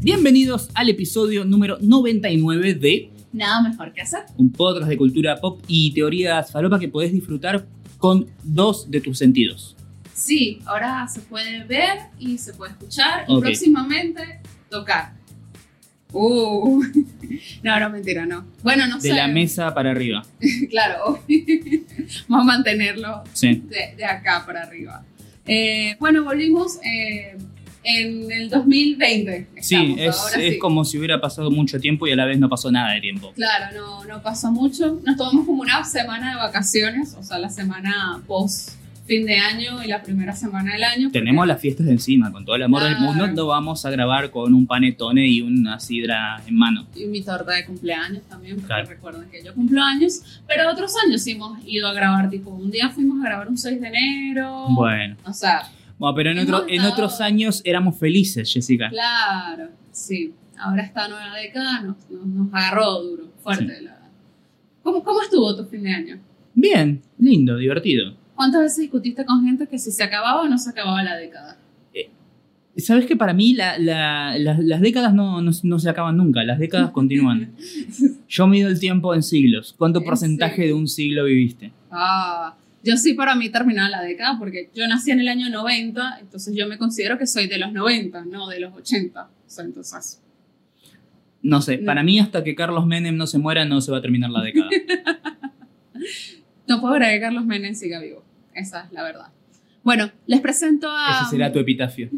Bienvenidos al episodio número 99 de Nada mejor que hacer. un podcast de cultura pop y teorías falopa que podés disfrutar con dos de tus sentidos. Sí, ahora se puede ver y se puede escuchar y Ok. próximamente tocar. Uh. No, no, mentira, no. Bueno, no De sé. la mesa para arriba. Claro, vamos a mantenerlo Sí. de, de acá para arriba. Eh, bueno, volvimos eh, en el 2020. Sí, estamos, es, ahora es sí. como si hubiera pasado mucho tiempo y a la vez no pasó nada de tiempo. Claro, no, no pasó mucho. Nos tomamos como una semana de vacaciones, o sea, la semana post fin de año y la primera semana del año. porque- Tenemos las fiestas de encima, con todo el amor del Claro. mundo no vamos a grabar con un panetone y una sidra en mano. y mi torta de cumpleaños también, porque Claro. recuerden que yo cumplo años, pero otros años sí hemos ido a grabar, tipo, un día fuimos a grabar un 6 de enero, Bueno, o sea, Bueno, pero en, Oh. Hemos otro- en estado- otros años éramos felices, Jessica. claro, sí, ahora esta nueva década nos, nos, nos agarró duro, fuerte, la verdad. ¿Cómo, ¿Cómo estuvo tu fin de año? Bien, lindo, divertido. ¿Cuántas veces discutiste con gente que si se acababa o no se acababa la década? Sabes que para mí la- la- las- las décadas no, no- no se acaban nunca, las décadas continúan. Yo mido el tiempo en siglos. ¿Cuánto ¿En porcentaje serio? de un siglo viviste? Ah, yo sí para mí terminaba la década porque yo nací en el año 90, entonces yo me considero que soy de los 90, no de los 80, o sea, entonces... No sé, No. para mí hasta que Carlos Menem no se muera no se va a terminar la década. No puedo creer que Carlos Menem siga vivo. Esa es la verdad. Bueno, les presento a, Ese será tu epitafio.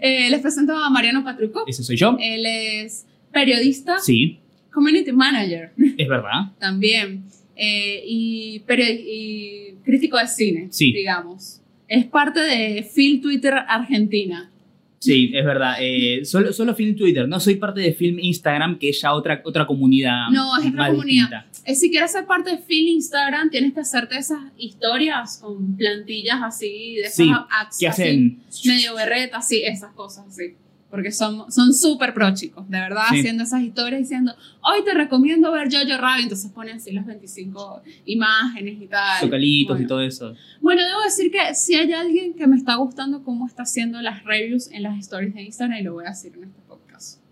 eh, les presento a Mariano Patrucco. ¿Ese soy yo? Él es periodista, Sí, community manager es verdad. también, eh, y, peri- y crítico de cine, Sí. digamos. Es parte de Phil Twitter Argentina. Sí, es verdad. Eh, solo, solo Film Twitter, no soy parte de Film Instagram, que es ya otra, otra comunidad. No, es otra más comunidad. distinta. Eh, si quieres ser parte de Phil Instagram, tienes que hacerte esas historias con plantillas así, de esas Sí, ads ¿Qué así. hacen? medio berreta, sí, esas cosas, sí. Porque son son súper pro chicos, de verdad, Sí. haciendo esas historias diciendo, hoy te recomiendo ver Jojo Rabbit, entonces ponen así las 25 imágenes y tal. Socalitos bueno. y todo eso. Bueno, debo decir que si hay alguien que me está gustando cómo está haciendo las reviews en las stories de Instagram, y lo voy a decir en este podcast.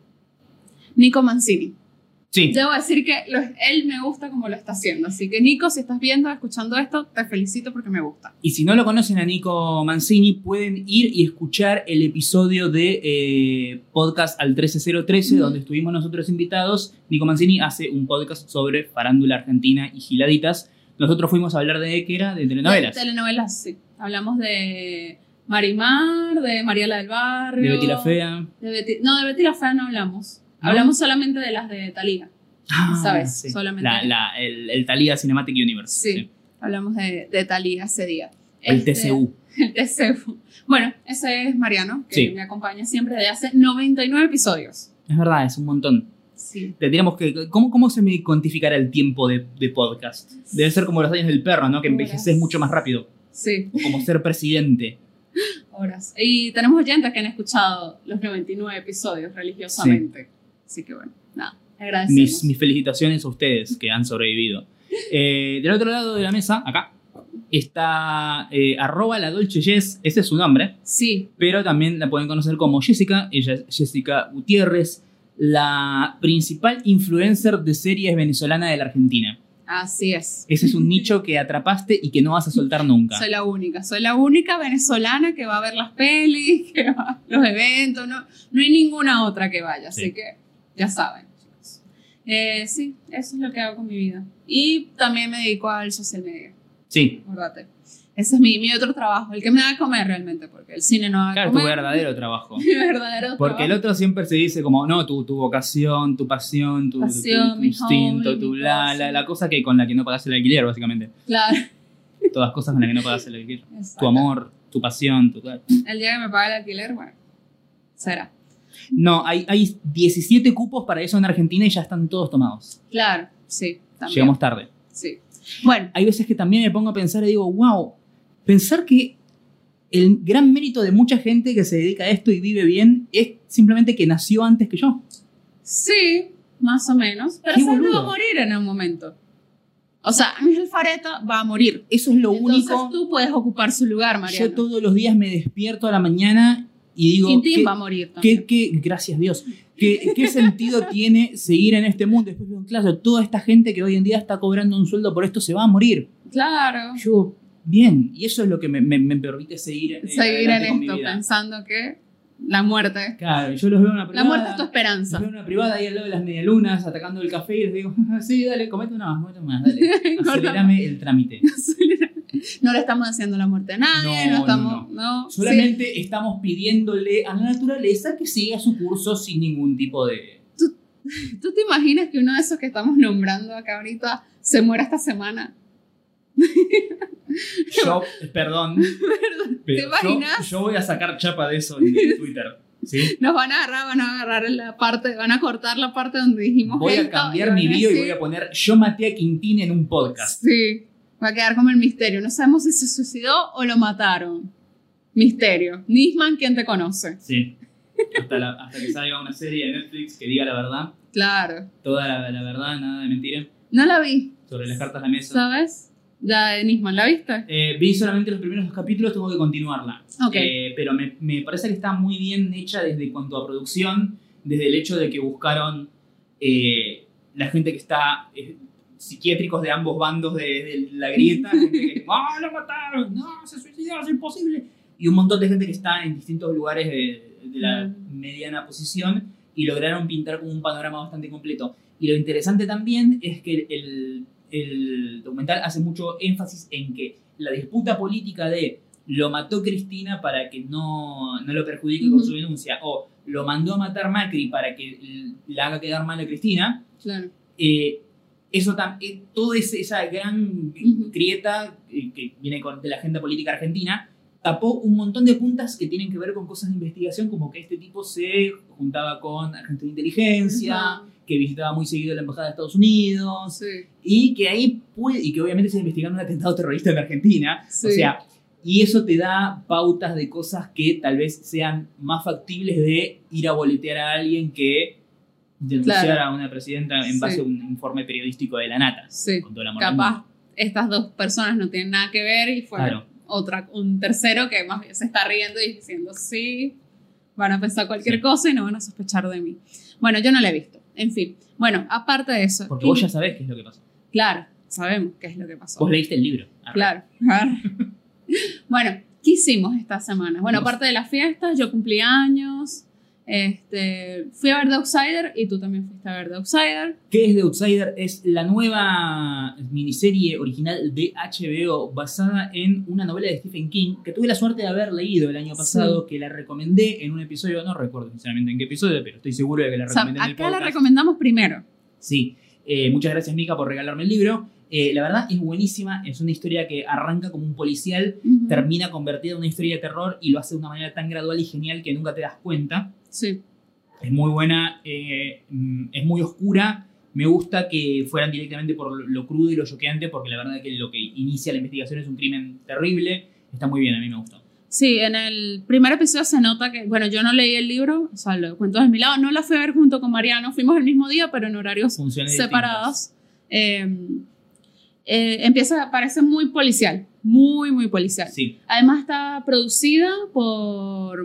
Nico Mancini. Sí, Debo decir que lo- él me gusta como lo está haciendo, así que Nico, si estás viendo, escuchando esto, te felicito porque me gusta. Y si no lo conocen a Nico Mancini, pueden ir y escuchar el episodio de eh, Podcast al 13013, Ujú. donde estuvimos nosotros invitados. Nico Mancini hace un podcast sobre farándula argentina y giladitas. Nosotros fuimos a hablar de qué era, de telenovelas. De telenovelas, sí. Hablamos de Marimar, de Mariela del Barrio. De Betty la Fea. de Betty- no, de Betty la Fea no hablamos. ¿No? Hablamos solamente de las de Talía. Ah, Sabes, solamente. La- la- el, el Thalía Cinematic Universe. Sí. Hablamos de, de Talía ese día. El Este, TCU. El TCU. Bueno, ese es Mariano, que Sí. me acompaña siempre desde hace 99 episodios. Es verdad, es un montón. Sí. Tendríamos que. ¿Cómo, cómo se me cuantificará el tiempo de, de podcast? Debe ser como los años del perro, ¿no? Que envejeces mucho más rápido. Sí, O como ser presidente. horas. Y tenemos oyentes que han escuchado los 99 episodios religiosamente. Así que bueno, nada, agradecemos. mis, mis felicitaciones a ustedes que han sobrevivido. Eh, del otro lado de la mesa, acá, está eh, arroba la Dolce Jess, ese es su nombre, Sí, pero también la pueden conocer como Jessica, ella es Jessica Gutiérrez, la principal influencer de series venezolana de la Argentina. así es. Ese es un nicho que atrapaste y que no vas a soltar nunca. Soy la única, soy la única venezolana que va a ver las pelis, que va a los eventos, no, no hay ninguna otra que vaya, Sí. así que ya saben. chicos. Eh, sí, eso es lo que hago con mi vida. Y también me dedico al social media, Sí, acuérdate. Ese es mi, mi otro trabajo, el que me da de comer realmente, porque el cine no da de claro, tu comer. verdadero trabajo. Mi verdadero Porque el trabajo. otro siempre se dice como, no, tu, tu vocación, tu pasión, tu, tu- Pasión, tu mi instinto, hobby, tu mi la, cosa. la, la cosa que con la que no pagas el alquiler, básicamente. Claro. Todas cosas con las que no pagas el alquiler. exacto. Tu amor, tu pasión, tu... El día que me pague el alquiler, bueno, será. No, hay, hay 17 cupos para eso en Argentina y ya están todos tomados. Claro, sí, también. Llegamos tarde. Sí. Bueno, Hay veces que también me pongo a pensar y digo, wow, pensar que el gran mérito de mucha gente que se dedica a esto y vive bien es simplemente que nació antes que yo. Sí, más o menos. Pero Qué Sandro va a boludo. morir en un momento. O sea, Ángel Fareta va a morir. Eso es lo Entonces único. tú puedes ocupar su lugar, Yo Mariano. todos los días me despierto a la mañana y digo, Quintín ¿qué- va a morir también. ¿Qué, qué- gracias Dios. ¿Qué, qué sentido tiene seguir en este mundo? Después digo, claro, toda esta gente que hoy en día está cobrando un sueldo por esto se va a morir. Claro. Yo, bien, y eso es lo que me, me- me permite seguir, eh, Seguir en adelante con mi esto vida. pensando que la muerte. Claro, yo los veo en una La privada. muerte es tu los esperanza. veo en una privada ahí al lado de las medialunas, atacando el café y les digo, sí, dale, comete una más, comete una más, dale. Acelerame el trámite. No le estamos haciendo la muerte a nadie, No, no, no, estamos. No, sí. Solamente estamos pidiéndole a la naturaleza que siga su curso sin ningún tipo de... ¿Tú te imaginas que uno de esos que estamos nombrando acá ahorita se muera esta semana? Yo, perdón, ¿Te imaginas? Yo, yo voy a sacar chapa de eso en mi Twitter. ¿sí? Nos van a agarrar, van a agarrar la parte, van a cortar la parte donde dijimos Voy a esto y cambiar van mi bio y voy decir- a poner Yo maté a Quintín en un podcast. Sí, va a quedar como el misterio. No sabemos si se suicidó o lo mataron. Misterio. Nisman, ¿quién te conoce? Sí. Hasta, la- hasta que salga una serie de Netflix que diga la verdad, Claro. toda la, la verdad, nada de mentira, No la vi, sobre las cartas de la mesa. ¿sabes? La de Nisman, ¿la viste? Eh, vi solamente los primeros dos capítulos, tengo que continuarla. Ok. Eh, pero me, me parece que está muy bien hecha desde cuanto a producción, desde el hecho de que buscaron eh, la gente que está eh, psiquiátricos de ambos bandos de, de la grieta, gente que ¡Ah, lo mataron! ¡No, se suicidó! ¡Es imposible! Y un montón de gente que está en distintos lugares de, de la Mm. mediana posición y lograron pintar como un panorama bastante completo. Y lo interesante también es que el, el documental hace mucho énfasis en que la disputa política de lo mató Cristina para que no, no lo perjudique con Ujú. su denuncia o lo mandó a matar Macri para que l- la haga quedar mal a Cristina, Claro. eh, eso tam- eh, toda ese- esa gran Ujú. grieta eh, que viene con, de la agenda política argentina tapó un montón de puntas que tienen que ver con cosas de investigación, como que este tipo se juntaba con Argentina Inteligencia, que visitaba muy seguido la Embajada de Estados Unidos, Ah, Sí, y que ahí puede, y que obviamente se investigaron un atentado terrorista en Argentina. sí. O sea, y eso te da pautas de cosas que tal vez sean más factibles de ir a boletear a alguien que denunciar Claro. a una presidenta en Sí. base a un informe periodístico de la nata. sí. Con todo el amor del Capaz mundo. estas dos personas no tienen nada que ver y fueron Claro. otra, un tercero que más bien se está riendo y diciendo sí, van a pensar cualquier Sí. cosa y no van a sospechar de mí. Bueno, yo no la he visto. En fin, bueno, aparte de eso. Porque vos ya sabés qué es lo que pasó. Claro, sabemos qué es lo que pasó. Vos leíste el libro. Arre. Claro. bueno, ¿qué hicimos esta semana? Bueno, Nos- aparte de las fiestas, yo cumplí años. Este, fui a ver The Outsider y tú también fuiste a ver The Outsider. ¿Qué es The Outsider? Es la nueva miniserie original de HBO basada en una novela de Stephen King que tuve la suerte de haber leído el año pasado, que la recomendé en un episodio, no recuerdo sinceramente en qué episodio, pero estoy seguro de que la O sea, recomendé en el acá la podcast. recomendamos primero. Sí, Eh, muchas gracias Mika por regalarme el libro. Eh, la verdad es buenísima, es una historia que arranca como un policial, Ujú. termina convertida en una historia de terror y lo hace de una manera tan gradual y genial que nunca te das cuenta. Sí, Es muy buena, eh, mm, es muy oscura. Me gusta que fueran directamente por lo- lo crudo y lo choqueante, porque la verdad que lo que inicia la investigación es un crimen terrible. Está muy bien, a mí me gustó. sí, en el primer episodio se nota que, bueno, yo no leí el libro, o sea, lo cuento de mi lado, no la fui a ver junto con Mariano, fuimos el mismo día, pero en horarios Funciones separados. Eh, eh, empieza, parece muy policial, muy, muy policial. distintas. Sí, Además está producida por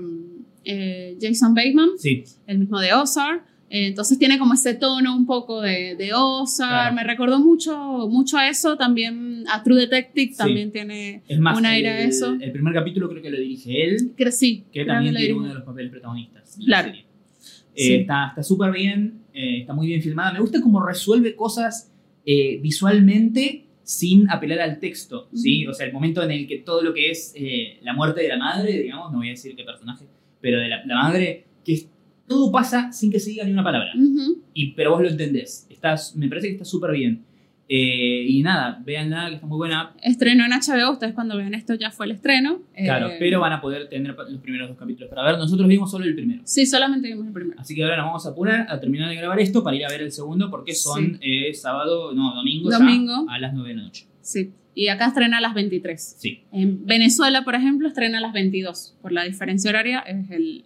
eh, Jason Bateman, sí. el mismo de Ozark. Eh, Entonces tiene como ese tono un poco de, de Ozark. Claro. Me recordó mucho, mucho a eso. También a True Detective Sí. también tiene... Es más, Un aire el, a eso. el primer capítulo creo que lo dirige él, cre- Sí, que creo también la tiene dirige. uno de los papeles protagonistas. de la Claro. serie. Eh, Sí. Está está súper bien, eh, está muy bien filmada. Me gusta cómo resuelve cosas eh, visualmente sin apelar al texto, ¿sí? Ujú. O sea, el momento en el que todo lo que es eh, la muerte de la madre, digamos, no voy a decir qué personaje, pero de la, la madre, que es- todo pasa sin que se diga ni una palabra. Ujú. Y, pero vos lo entendés. Estás, me parece que está súper bien. Eh, y nada, véanla, que está muy buena. Estrenó en HBO. Ustedes cuando vean esto ya fue el estreno. Claro, Eh, pero van a poder tener pa- los primeros dos capítulos para ver. Nosotros vimos solo el primero. Sí, solamente vimos el primero. Así que ahora nos vamos a apurar a terminar de grabar esto para ir a ver el segundo porque son eh, sábado, no, domingo, ya Ah. Domingo. a las 9 de la noche. Sí. Y acá estrena a las 23. Sí, En Venezuela, por ejemplo, estrena a las 22. Por la diferencia horaria es el...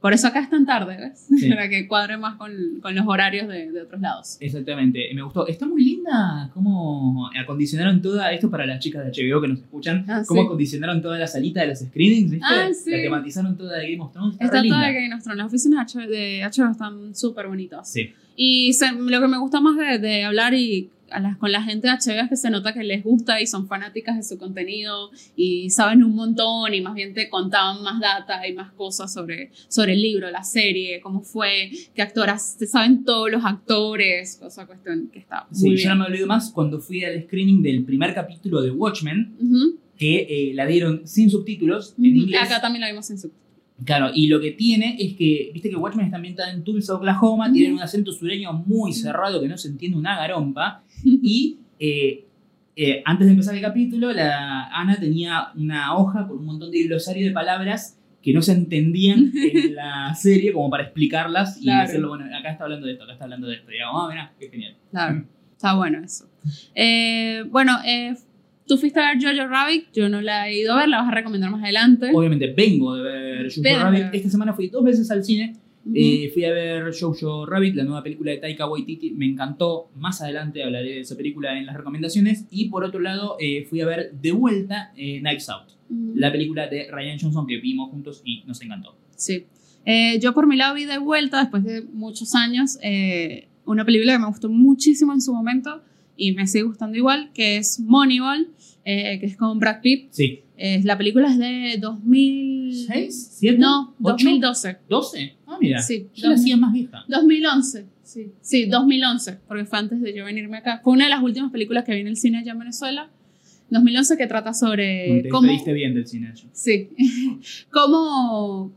Por eso acá es tan tarde, ¿ves? Sí. Para que cuadre más con, con los horarios de, de otros lados. Exactamente, me gustó. Está muy linda cómo acondicionaron todo esto para las chicas de HBO que nos escuchan. Ah, cómo sí. acondicionaron toda la salita de los screenings, ¿viste? Ah, sí. La tematizaron toda de Game of Thrones. Está, Está re toda linda. Game of Thrones. Las oficinas H- de HBO están súper bonitas. Sí, Y se- lo que me gusta más de, de hablar y a las- con la gente de HBO es que se nota que les gusta y son fanáticas de su contenido y saben un montón y más bien te contaban más data y más cosas sobre, sobre el libro, la serie, cómo fue, qué actoras, se saben todos los actores, esa cuestión que está muy sí yo bien. no me olvido más cuando fui al screening del primer capítulo de Watchmen, Ujú, que eh, la dieron sin subtítulos en ujú. inglés. Acá también la vimos en su... Claro, y lo que tiene es que, viste que Watchmen está ambientada en Tulsa, Oklahoma, Ujú. tienen un acento sureño muy cerrado que no se entiende una garompa, y eh, eh, antes de empezar el capítulo, la Ana tenía una hoja con un montón de glosario de palabras que no se entendían en la serie como para explicarlas y Claro. decirlo, bueno, acá está hablando de esto, acá está hablando de esto, y era, ah, mira, qué genial. Claro, está bueno eso. Eh, bueno, eh, tú fuiste a ver Jojo Rabbit, yo no la he ido a ver, la vas a recomendar más adelante. Obviamente vengo de ver Jojo Pero- Rabbit, esta semana fui dos veces al cine, Ujú. Eh, fui a ver Jojo Rabbit, la nueva película de Taika Waititi, me encantó. Más adelante hablaré de esa película en las recomendaciones. Y por otro lado, eh, fui a ver de vuelta eh, Knives Out, Ujú. la película de Ryan Johnson que vimos juntos y nos encantó. Sí. Eh, yo por mi lado vi de vuelta después de muchos años eh, una película que me gustó muchísimo en su momento y me sigue gustando igual, que es Moneyball, eh, que es con Brad Pitt. Sí. Eh, la película es de 2000... ¿Seis? ¿Siete? No, ¿Ocho? 2012. ¿Doce? Ah, mira. Sí, Yo la hacía más vieja. 2011, sí. Sí, 2011, porque fue antes de yo venirme acá. Fue una de las últimas películas que vi en el cine allá en Venezuela. 2011 que trata sobre te Eh, cómo... despediste bien del cine, yo. Sí. ¿Cómo,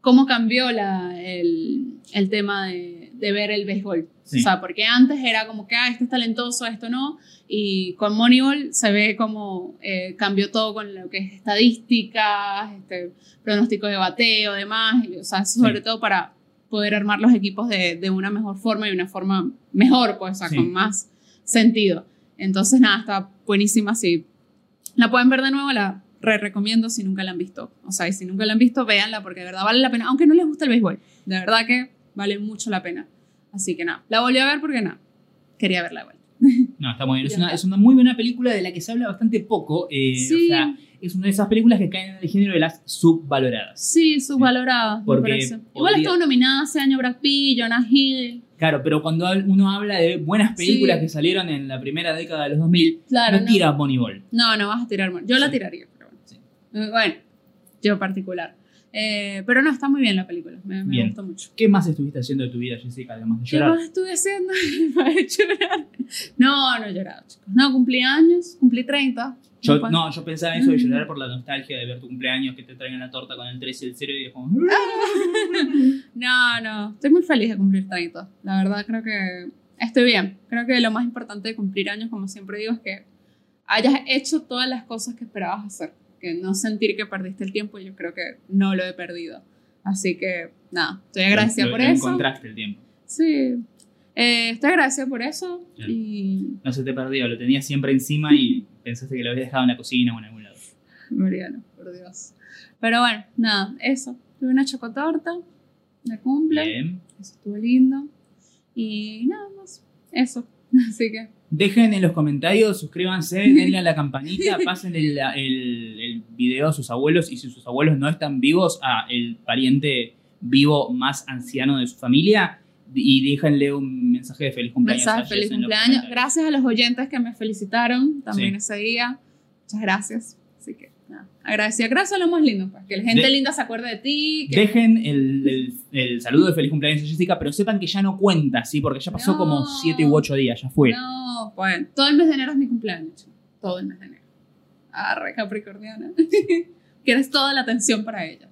cómo cambió la, el, el tema de, de ver el béisbol? Sí. O sea, porque antes era como que, ah, este es talentoso, esto no. Y con Moneyball se ve como eh, cambió todo con lo que es estadísticas, este, pronóstico de bateo, demás. y, o sea, sobre Sí. todo para poder armar los equipos de, de una mejor forma y una forma mejor, pues, o sea, Sí. con más sentido. Entonces, nada, está buenísima. Si la pueden ver de nuevo, la re recomiendo si nunca la han visto. O sea, y si nunca la han visto, véanla porque de verdad vale la pena. Aunque no les gusta el béisbol, de verdad que vale mucho la pena. Así que nada, la volví a ver porque nada, quería verla igual. No, está muy bien. Es Ya una, está. es una muy buena película de la que se habla bastante poco. eh, O sí, sea, es una de esas películas que caen en el género de las subvaloradas. sí, subvalorada, Porque me parece. Igual podría- estuvo nominada hace año Brad Pitt, Jonah Hill. Claro, pero cuando hab- uno habla de buenas películas Sí. que salieron en la primera década de los 2000, Claro, no tira Moneyball. No, no vas a tirar mal. Yo la Sí. tiraría, pero bueno. Sí. Eh, Bueno, yo particular. Eh, pero no, está muy bien la película. Me, me Bien. gustó mucho. ¿Qué más estuviste haciendo de tu vida, Jessica, además de ¿Qué llorar? más estuve haciendo? Me ha hecho llorar. No, no he llorado, chicos. No, cumplí años, cumplí 30. Yo, puedo- no, yo pensaba eso de Mm. llorar por la nostalgia de ver tu cumpleaños, que te traigan la torta con el 3 y el 0 y es como... Ah, No, no. Estoy muy feliz de cumplir 30. La verdad, creo que estoy bien. Creo que lo más importante de cumplir años, como siempre digo, es que hayas hecho todas las cosas que esperabas hacer. Que no sentir que perdiste el tiempo, yo creo que no lo he perdido. Así que, nada, estoy agradecida Lo- por lo eso. encontraste el tiempo. Sí. Eh, estoy agradecida por eso. Claro. Y. No se te perdió, lo tenías siempre encima y pensaste que lo habías dejado en la cocina o en algún lado. Mariano, por Dios. Pero bueno, nada, eso. Tuve una chocotorta de cumple. Bien. Eso estuvo lindo. Y nada más. Eso. Así que. Dejen en los comentarios, suscríbanse, denle a la campanita, pasen el, el- el video a sus abuelos y si sus abuelos no están vivos, a el pariente vivo más anciano de su familia y déjenle un mensaje de feliz cumpleaños. a Mensaje Jess feliz en los cumpleaños. comentarios. Gracias a los oyentes que me felicitaron también Sí. ese día. Muchas gracias. Así que nada. Agradecida. Gracias a lo más lindo. Pues. Que la gente De- linda se acuerde de ti. Que Dejen el, el- el saludo de feliz cumpleaños a Jessica, pero sepan que ya no cuenta, ¿sí? Porque ya pasó No. como 7 u 8 días, ya fue. No, bueno. Todo el mes de enero es mi cumpleaños. chico. Todo el mes de enero. Arre, Capricorniana. Quieres toda la atención para ella.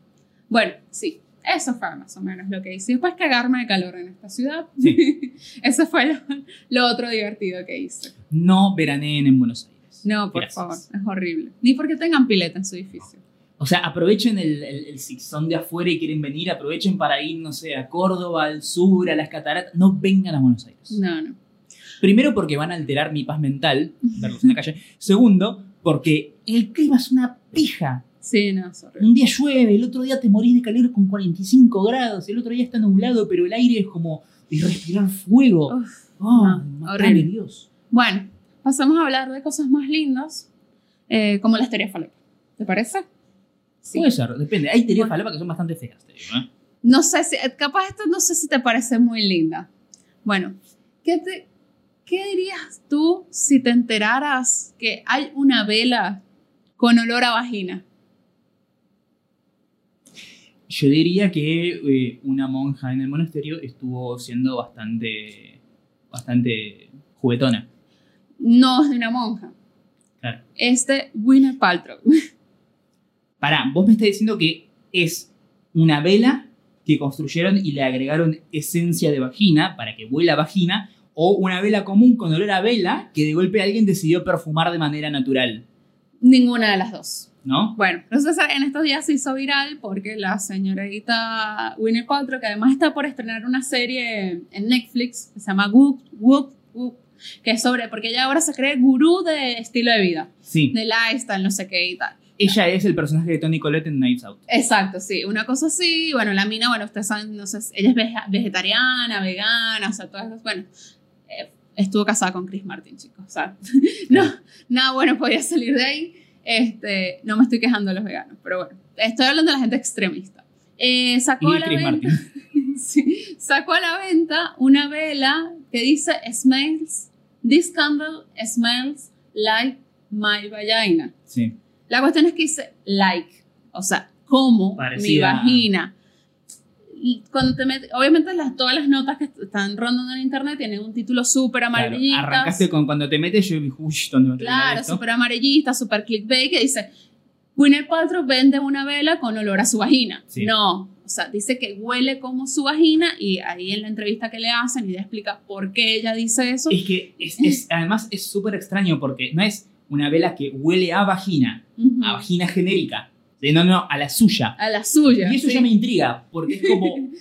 Bueno, sí. Eso fue más o menos lo que hice. Después cagarme de calor en esta ciudad. Eso fue lo, lo otro divertido que hice. No veraneen en Buenos Aires. No, por Gracias. favor, es horrible. Ni porque tengan pileta en su edificio. O sea, aprovechen el, el, el- si son de afuera y quieren venir, aprovechen para ir, no sé, a Córdoba, al sur, a las cataratas. No vengan a Buenos Aires. No, no. Primero, porque van a alterar mi paz mental, verlos en la calle. Segundo, porque el clima es una pija. Sí, no, es horrible. Un día llueve, el otro día te morís de calor con 45 grados, el otro día está nublado, pero el aire es como de respirar fuego. Uf, Oh, no, matame, horrible. Dios. Bueno, pasamos a hablar de cosas más lindas, eh, como las teorías falopa. ¿Te parece? Sí. Puede ser, Depende, hay teorías falopa que son bastante feas, te digo, ¿eh? No sé si, capaz esto no sé si te parece muy linda. Bueno, ¿qué, te, ¿qué dirías tú si te enteraras que hay una vela con olor a vagina? Yo diría que eh, una monja en el monasterio estuvo siendo bastante, bastante juguetona. No es de una monja. Claro. Es de Winnie Paltrow. Pará, vos me estás diciendo que es una vela que construyeron y le agregaron esencia de vagina para que vuela vagina, o una vela común con olor a vela que de golpe alguien decidió perfumar de manera natural, Ninguna de las dos. ¿no? Bueno, entonces en estos días se hizo viral porque la señorita Winnie Paltrow, que además está por estrenar una serie en Netflix que se llama Whoop, Whoop, Whoop, que es sobre, porque ella ahora se cree gurú de estilo de vida, Sí, de lifestyle, no sé qué y tal. ella es el personaje de Tony Collette en Knives Out. Exacto, sí, una cosa así, bueno, la mina, bueno, ustedes saben, no sé, ella es veja- vegetariana, vegana, o sea, todas esas, bueno, eh, estuvo casada con Chris Martin, chicos, o sea, no, nada bueno podía salir de ahí, este, no me estoy quejando de los veganos, pero bueno, estoy hablando de la gente extremista. Eh, sacó, a Y la Chris venta, Martin. sí, sacó a la venta una vela que dice, smells, this candle smells like my vagina. Sí. La cuestión es que dice like, o sea, como Parecida. mi vagina. Y Cuando te metes, obviamente las, todas las notas que est- están rondando en internet tienen un título súper Claro, amarillista. arrancaste con cuando te metes, yo dije, uy, ¿dónde me voy a terminar Claro, esto? súper amarillista, súper clickbait, que dice, Winner Paltrow vende una vela con olor a su vagina. Sí. No, o sea, dice que huele como su vagina y ahí en la entrevista que le hacen, ella explica por qué ella dice eso. Es que es, es- Mm. además es súper extraño porque no es una vela que huele a vagina, Ujú. a vagina genérica, de no, no, a la suya. A la suya. Y eso Mm. sí. ya me intriga, porque es como,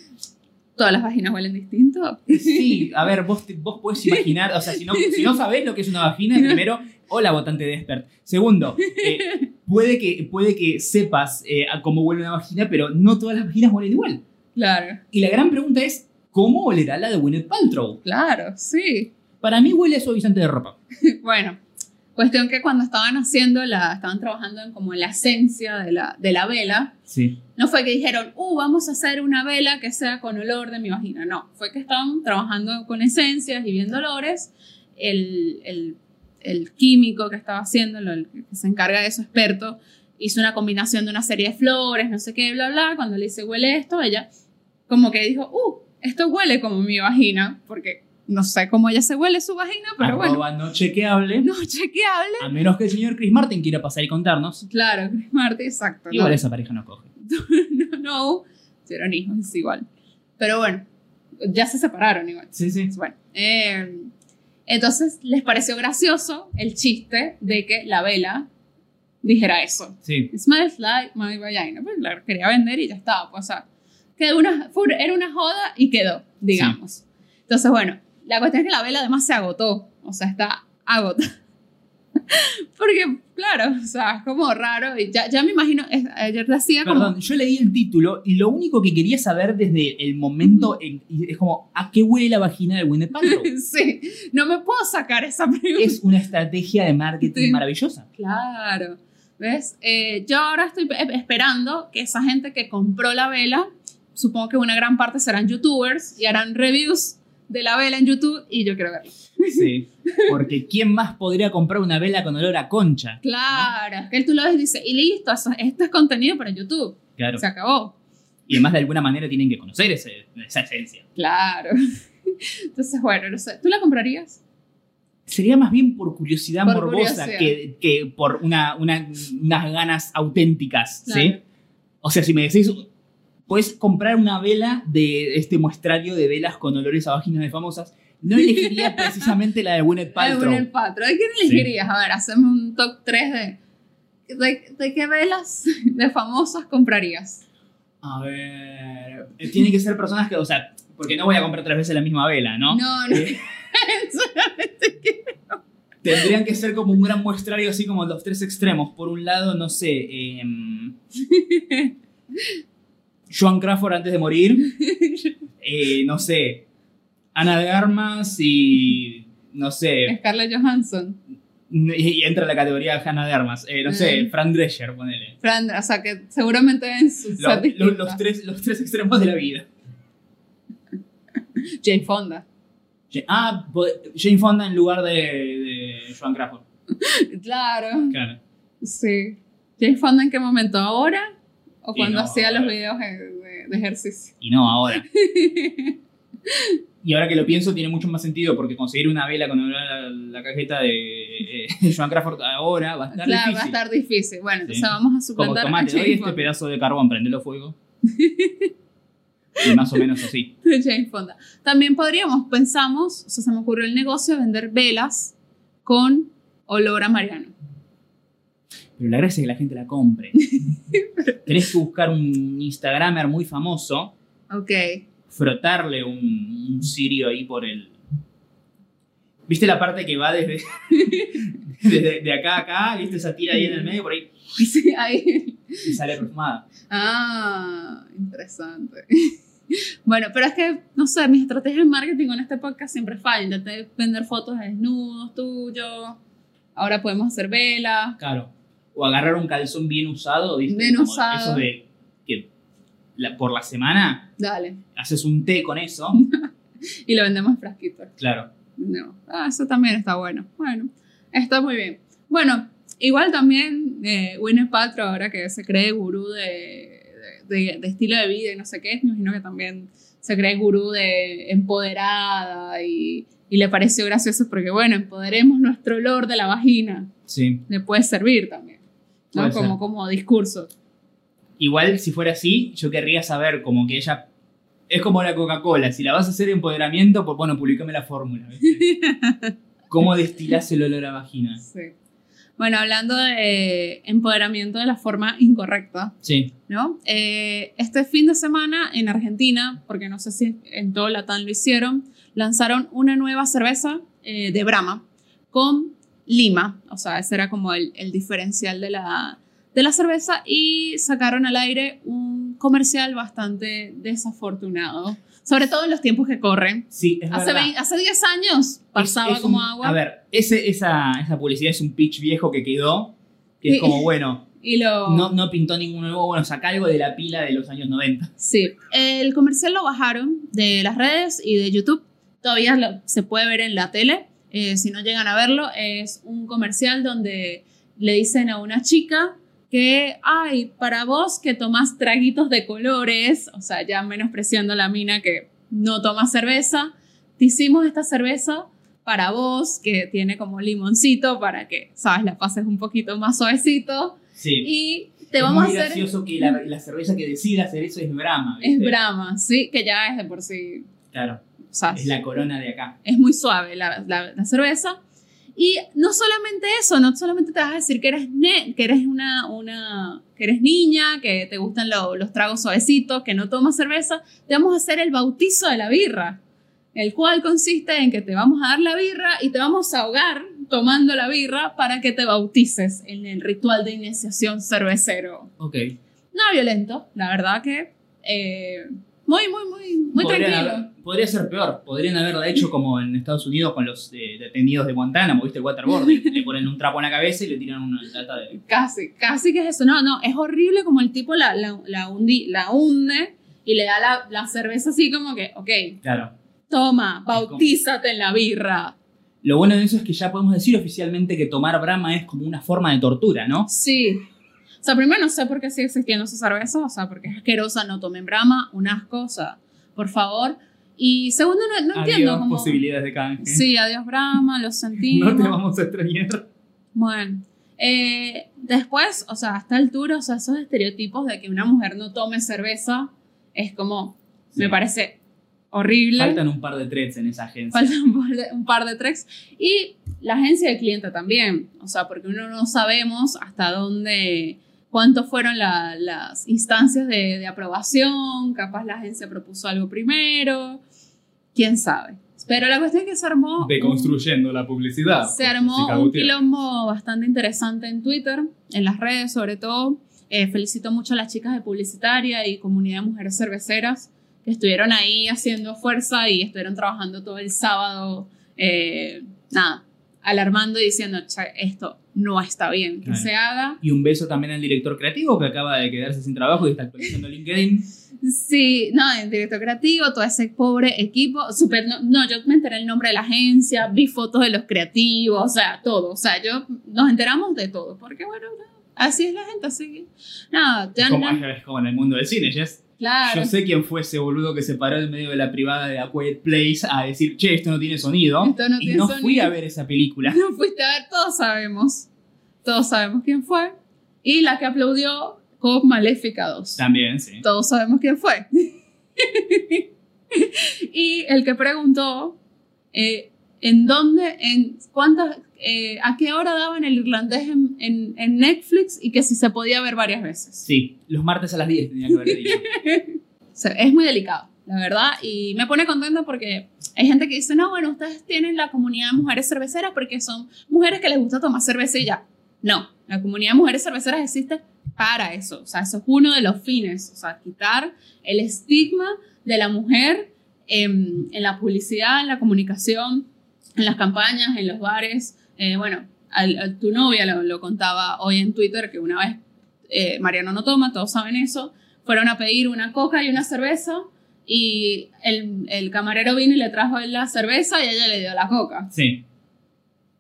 Todas las vaginas huelen distinto. sí, a ver, vos, te- vos podés imaginar, o sea, si no, si no sabés lo que es una vagina, primero, hola votante de expert. Segundo, eh, puede, que, puede que sepas eh, a cómo huele una vagina, pero no todas las vaginas huelen igual. Claro, Y la gran pregunta es, ¿cómo olerá la de Gwyneth Paltrow? claro, sí. Para mí huele a suavizante de ropa. Bueno, cuestión que cuando estaban haciendo la, estaban trabajando en como la esencia de la, de la vela, Sí. no fue que dijeron, uh, vamos a hacer una vela que sea con olor de mi vagina, no, fue que estaban trabajando con esencias y viendo olores, el, el- el químico que estaba haciendo, lo- el que se encarga de eso, experto, hizo una combinación de una serie de flores, no sé qué, bla, bla, cuando le dice huele esto, ella como que dijo, uh, esto huele como mi vagina, porque no sé cómo ella se huele su vagina, pero bueno, Arroba Ah, no chequeable. no chequeable. A menos que el señor Chris Martin quiera pasar y contarnos. Claro, Chris Martin, exacto. Igual No, esa pareja no coge. no, no, hicieron hijos, es igual. Pero bueno, ya se separaron igual. Sí, sí. Bueno, eh, entonces les pareció gracioso el chiste de que la vela dijera eso. Sí. It smells like my vagina. Pues la quería vender y ya estaba. Pues, o sea, que una, fue- era una joda y quedó, digamos. Entonces, bueno, la cuestión es que la vela además se agotó. O sea, está agotada. Porque, claro, o sea, es como raro. Y ya, ya me imagino, es- ayer decía como... Perdón, yo leí el título y lo único que quería saber desde el momento en- y es como, ¿a qué huele la vagina de Gwyneth Paltrow? sí, no me puedo sacar esa pregunta. es una estrategia de marketing Sí. maravillosa. Claro. ¿Ves? Eh, yo ahora estoy pe- esperando que esa gente que compró la vela, supongo que una gran parte serán youtubers y harán reviews de la vela en YouTube y yo quiero verlo. Sí. Porque ¿quién más podría comprar una vela con olor a concha? Claro, es que tú lo ves y dices, y listo, eso- esto es contenido para YouTube, Claro. se acabó. Y además de alguna manera tienen que conocer ese- esa esencia. Claro. Entonces, bueno, no sé, ¿tú la comprarías? Sería más bien por curiosidad Por morbosa curiosidad. Que, que por una, una- unas ganas auténticas, ¿sí? Claro. O sea, si me decís, puedes comprar una vela de este muestrario de velas con olores a vaginas de famosas, no elegiría precisamente la de Gwyneth Ay, Paltrow. bueno, el patro. ¿De quién elegirías? A ver, hacemos un top 3 de, de, de qué velas de famosas comprarías. A ver, eh, tienen que ser personas que, o sea, porque no voy a comprar tres veces la misma vela, ¿no? No, no. Eh, Tendrían que ser como un gran muestrario, así como los tres extremos. Por un lado, no sé, em, Joan Crawford antes de morir. Eh, no sé. Ana de Armas y. No sé. Scarlett Johansson. n- Y, y entra en la categoría de Ana de Armas. Eh, no sé, Mm. Fran Drescher, ponele. Fran, o sea, que seguramente en su Los, set los- distinta. los tres, los tres extremos de la vida. Jane Fonda. Ja- Ah, po- Jane Fonda en lugar de, de Joan Crawford. Claro. Claro. Sí. Jane Fonda en qué momento ahora o Y cuando no, hacía los ahora. videos de, de- de ejercicio. Y no ahora. Y ahora que lo pienso tiene mucho más sentido porque conseguir una vela con la, la cajeta de eh, Joan Crawford ahora va a estar claro, difícil. va a estar difícil. Bueno, entonces Sí. vamos a Como suplantar a tomate, doy Jane este Fonda. pedazo de carbón, prendelo fuego. y más o menos así. Jane Fonda. También podríamos, pensamos, o sea, se me ocurrió el negocio de vender velas con olor a Mariano. Pero la gracia es que la gente la compre. Tenés que buscar un Instagramer muy famoso, Ok. frotarle un, un cirio ahí por el. ¿Viste la parte que va desde, desde de acá a acá? ¿Viste esa tira ahí en el medio? Por ahí Sí, ahí. y sale perfumada. Ah, interesante. Bueno, pero es que, no sé, mis estrategias de marketing en este podcast siempre fallan. Intenté vender fotos de desnudos tuyos. Ahora podemos hacer velas. Claro. O agarrar un calzón bien usado, ¿viste? Bien Como usado. Esos de. que la- por la semana Dale. haces un té con eso. Y lo vendemos en frasquito. Claro. No. Ah, eso también está bueno. Bueno, está muy bien. Bueno, igual también eh, Gwyneth Paltrow, ahora que se cree gurú de, de- de estilo de vida y no sé qué, me imagino que también se cree gurú de empoderada y, y le pareció gracioso porque, bueno, empoderemos nuestro olor de la vagina. Sí. Le puede servir también. ¿no? Puede ser. Como, como discurso. Igual, si fuera así, yo querría saber como que ella... Es como la Coca-Cola, si la vas a hacer empoderamiento, pues bueno, publicame la fórmula. ¿viste? ¿Cómo destilás el olor a vagina? Sí. Bueno, hablando de empoderamiento de la forma incorrecta, Sí. ¿no? Eh, este fin de semana en Argentina, porque no sé si en todo Latam lo hicieron, lanzaron una nueva cerveza eh, de Brahma con Lima, o sea, ese era como el, el diferencial de la, de la cerveza y sacaron al aire un comercial bastante desafortunado, sobre todo en los tiempos que corren. Sí, es Hace, verdad. vein- hace 10 años pasaba Es- es como un- agua. A ver, ese, esa, esa publicidad es un pitch viejo que quedó, que Sí. es como, bueno, y lo... no, no pintó ningún nuevo, bueno, saca algo de la pila de los años 90. Sí, el comercial lo bajaron de las redes y de YouTube. Todavía lo- se puede ver en la tele. eh, si no llegan a verlo, es un comercial donde le dicen a una chica que, ay, para vos que tomás traguitos de colores, o sea, ya menospreciando a la mina que no toma cerveza, te hicimos esta cerveza para vos que tiene como limoncito para que, sabes, la pases un poquito más suavecito Sí. y te es vamos a muy hacer... gracioso que la, la cerveza que decida hacer eso es Brahma. Es ¿viste? Brahma, sí, que ya es de por sí. Claro, o sea, es la corona de acá. es muy suave la, la- la cerveza. Y no solamente eso, no solamente te vas a decir que eres, ne- que eres, una, una, que eres niña, que te gustan lo- los tragos suavecitos, que no tomas cerveza, te vamos a hacer el bautizo de la birra, el cual consiste en que te vamos a dar la birra y te vamos a ahogar tomando la birra para que te bautices en el ritual de iniciación cervecero. Ok. No violento, la verdad que eh, muy, muy, muy, muy Podrían tranquilo. haber- podría ser peor. Podrían haberla hecho como en Estados Unidos con los eh, detenidos de Guantánamo, ¿viste? El waterboarding. le ponen un trapo en la cabeza y le tiran una lata de. Casi, casi que es eso. No, no, es horrible como el tipo la, la, la, hundi- la hunde y le da la, la cerveza así como que, ok, Claro. toma, como- bautízate en la birra. Lo bueno de eso es que ya podemos decir oficialmente que tomar Brahma es como una forma de tortura, ¿no? Sí. O sea, primero no sé por qué sigue existiendo esa cerveza, o sea, porque es asquerosa, no tomen brama, un asco, o sea, por favor. Y segundo, no, no entiendo Adiós, cómo... posibilidades de canje. Sí, adiós brama, lo sentimos. No te vamos a extrañar. Bueno, eh, después, o sea, a esta altura, o sea, esos estereotipos de que una mujer no tome cerveza es como, me Sí. parece horrible. Faltan un par de threads en esa agencia. Faltan un par, de, un par de treks. Y la agencia de cliente también, o sea, porque uno no sabemos hasta dónde, cuántos fueron la- las instancias de, de aprobación, capaz la agencia propuso algo primero, quién sabe. Pero la cuestión es que se armó... un- Deconstruyendo la publicidad. se armó un quilombo bastante interesante en Twitter, en las redes sobre todo, Eh, felicito mucho a las chicas de publicitaria y comunidad de mujeres cerveceras que estuvieron ahí haciendo fuerza y estuvieron trabajando todo el sábado, eh, nada, alarmando y diciendo, "Cha, esto no está bien que Claro. se haga. Y un beso también al director creativo que acaba de quedarse sin trabajo y está actualizando LinkedIn. Sí, no, el director creativo, todo ese pobre equipo, super, no, no, yo me enteré el nombre de la agencia, vi fotos de los creativos, o sea, todo, o sea, yo nos enteramos de todo, porque bueno, no, así es la gente, así que, nada, ya Es como, no, es como en el mundo del cine, Jess. claro. Yo sé quién fue ese boludo que se paró en medio de la privada de A Quiet Place a decir, che, esto no tiene sonido. Esto no y tiene no fui sonido. a ver esa película. No fuiste a ver, todos sabemos. Todos sabemos quién fue. Y la que aplaudió con Maléfica 2. También, sí. Todos sabemos quién fue. y el que preguntó, eh, ¿en dónde, en cuántas, eh, a qué hora daban el irlandés en, en- en Netflix y que si se podía ver varias veces? Sí, los martes a las 10 tenía que haber dicho. O sea, es muy delicado, la verdad. Y me pone contenta porque hay gente que dice, no, bueno, ustedes tienen la comunidad de mujeres cerveceras porque son mujeres que les gusta tomar cerveza y ya. No, la comunidad de mujeres cerveceras existe para eso. O sea, eso es uno de los fines. O sea, quitar el estigma de la mujer em, en la publicidad, en la comunicación, en las campañas, en los bares. Eh, bueno, al- al- tu novia lo, lo contaba hoy en Twitter que una vez eh, Mariano no toma, todos saben eso. Fueron a pedir una coca y una cerveza y el, el camarero vino y le trajo la cerveza y ella le dio la coca. Sí,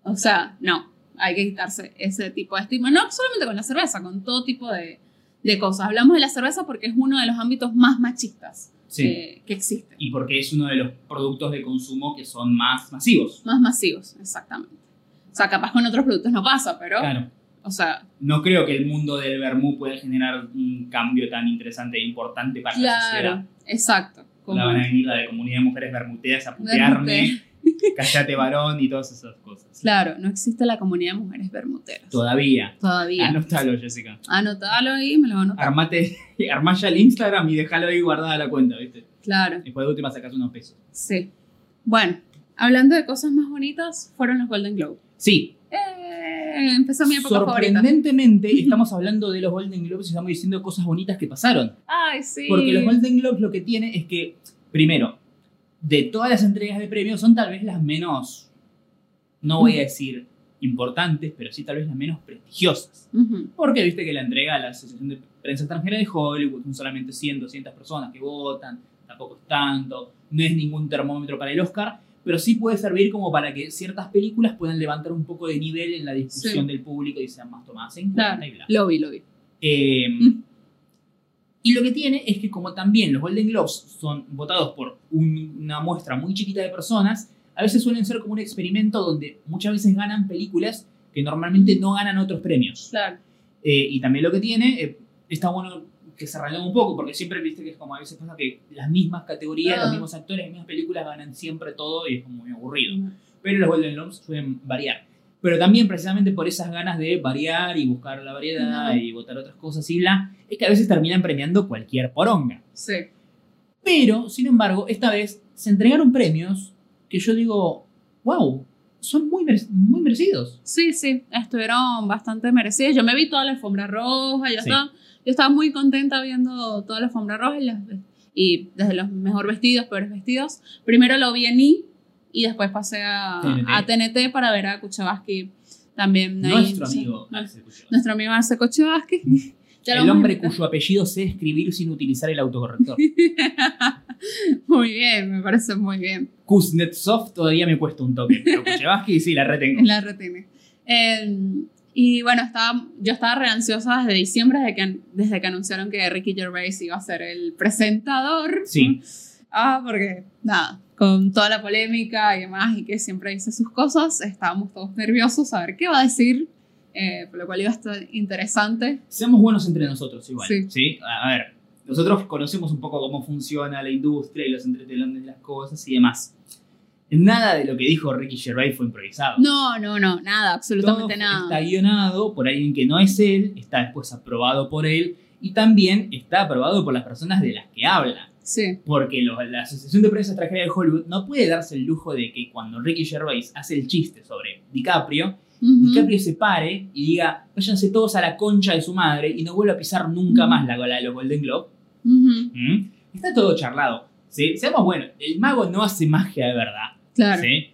O sea, no, hay que quitarse ese tipo de estigma. No solamente con la cerveza, con todo tipo de, de cosas. Hablamos de la cerveza porque es uno de los ámbitos más machistas sí. eh, que existen. Y porque es uno de los productos de consumo que son más masivos. Más masivos, exactamente. O sea, capaz con otros productos no pasa, pero, Claro. o sea, No creo que el mundo del vermú pueda generar un cambio tan interesante e importante para la sociedad. claro, exacto. La van a venir la de comunidad de mujeres bermuteas a putearme, Bermute- callate varón y todas esas cosas. Claro, no existe la comunidad de mujeres bermuteras. Todavía. Ah, Todavía. Anótalo, Jessica. Anotalo ahí, me lo anoto. Armate, armá ya el Instagram y déjalo ahí guardada la cuenta, ¿viste? Claro. Después de última sacas unos pesos. Sí. Bueno, hablando de cosas más bonitas, fueron los Golden Globe. Sí, Eh, empezó mi época favorita. sorprendentemente estamos hablando de los Golden Globes y estamos diciendo cosas bonitas que pasaron. Ay, sí. Porque los Golden Globes lo que tiene es que, primero, de todas las entregas de premios son tal vez las menos, no voy a decir importantes, pero sí tal vez las menos prestigiosas. Ujú, Porque viste que la entrega a la Asociación de Prensa Extranjera de Hollywood son solamente 100, 200 personas que votan, tampoco es tanto, no es ningún termómetro para el Oscar, pero sí puede servir como para que ciertas películas puedan levantar un poco de nivel en la discusión Sí. del público y sean más tomadas en cuenta Claro, y bla. lo vi, lo vi. Eh, Mm. y lo que tiene es que como también los Golden Globes son votados por un- una muestra muy chiquita de personas, a veces suelen ser como un experimento donde muchas veces ganan películas que normalmente no ganan otros premios. Claro. Eh, y también lo que tiene, eh, está bueno que se ralea un poco, porque siempre viste que es como a veces pasa que las mismas categorías, Ah. los mismos actores, las mismas películas ganan siempre todo y es como muy aburrido pero los Golden Globes suelen variar. Pero también precisamente por esas ganas de variar y buscar la variedad Ajá. y votar otras cosas y bla, es que a veces terminan premiando cualquier poronga. Sí. Pero, sin embargo, esta vez se entregaron premios que yo digo, wow, son muy, mer- muy merecidos. Sí, sí, estuvieron bastante merecidas. Yo me vi toda la alfombra roja, yo, Sí. estaba, yo estaba muy contenta viendo toda la alfombra roja y, las- y desde los mejor vestidos, peores vestidos. Primero lo vi en I y después pasé a TNT. a TNT, para ver a Kuchevaski también. ahí. Nuestro Sí. amigo Nuestro- Axel Kutcher. Nuestro amigo Arce Kuchevaski. Ya El lo vamos a hombre invitar. cuyo apellido sé escribir sin utilizar el autocorrector. muy bien, me parece muy bien. Kuznetsov todavía me cuesta un toque, pero Kuchevaski sí la retengo. La retina. Em, y bueno, estaba, yo estaba re ansiosa desde diciembre, desde que, an- desde que anunciaron que Ricky Gervais iba a ser el presentador. Sí. Ah, porque nada, con toda la polémica y demás, y que siempre dice sus cosas, estábamos todos nerviosos a ver qué va a decir, eh, por lo cual iba a estar interesante. seamos buenos entre nosotros igual, Sí. ¿sí? A a ver, nosotros conocemos un poco cómo funciona la industria y los entretelones de las cosas y demás. Nada de lo que dijo Ricky Gervais fue improvisado. No, no, no, nada, absolutamente Todo nada. Está guionado por alguien que no es él, está después aprobado por él y también está aprobado por las personas de las que habla. Sí, Porque lo- la Asociación de Prensa Extranjera de Hollywood no puede darse el lujo de que cuando Ricky Gervais hace el chiste sobre DiCaprio, Ujú. DiCaprio se pare y diga, váyanse todos a la concha de su madre y no vuelva a pisar nunca Mm. más la gola de los Golden Globe. Ujú. ¿Mm? Está todo charlado. ¿sí? Seamos buenos, el mago no hace magia de verdad. Claro. ¿sí?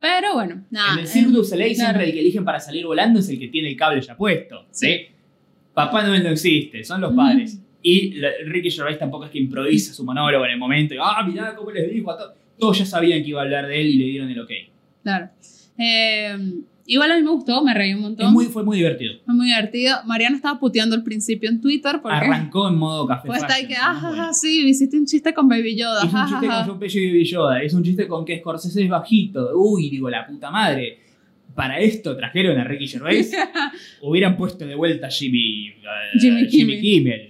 Pero bueno, nada. en el Cirque eh, du Soleil claro. siempre el que eligen para salir volando es el que tiene el cable ya puesto. ¿sí? Papá Noel no existe, son los Mm. padres. Y la- Ricky Gervais tampoco es que improvisa su monólogo en el momento. Y, ah, mirá cómo les dijo a todos. Todos ya sabían que iba a hablar de él y le dieron el ok. Claro. Eh, igual a mí me gustó, me reí un montón. Es muy, fue muy divertido. Fue muy divertido. Mariana estaba puteando al principio en Twitter porque Arrancó en modo café. pues está ahí fashion, que, muy ah, bueno. ah, ah, sí, hiciste un chiste con Baby Yoda. Es un ah, chiste ah, con ah. John Pesci y Baby Yoda. Es un chiste con que Scorsese es bajito. Uy, digo, la puta madre. Para esto trajeron a Ricky Gervais. Hubieran puesto de vuelta a Jimmy, a- a Jimmy Jimmy Kimmel.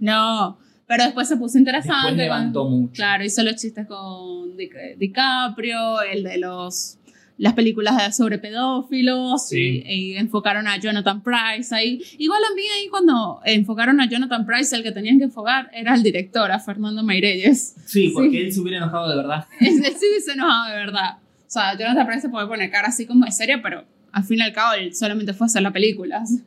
No, pero después se puso interesante. Después con- levantó mucho. Claro, hizo los chistes con Di- DiCaprio, el de los las películas de- sobre pedófilos Sí. y, y enfocaron a Jonathan Price ahí. Igual a mí ahí cuando enfocaron a Jonathan Price, el que tenían que enfocar era el director, a Fernando Meirelles. Sí, porque él se hubiera enojado de verdad. Es el sí se enojado, de verdad. O sea, Jonathan Price se puede poner cara así como de seria, pero al fin y al cabo él solamente fue a hacer las películas,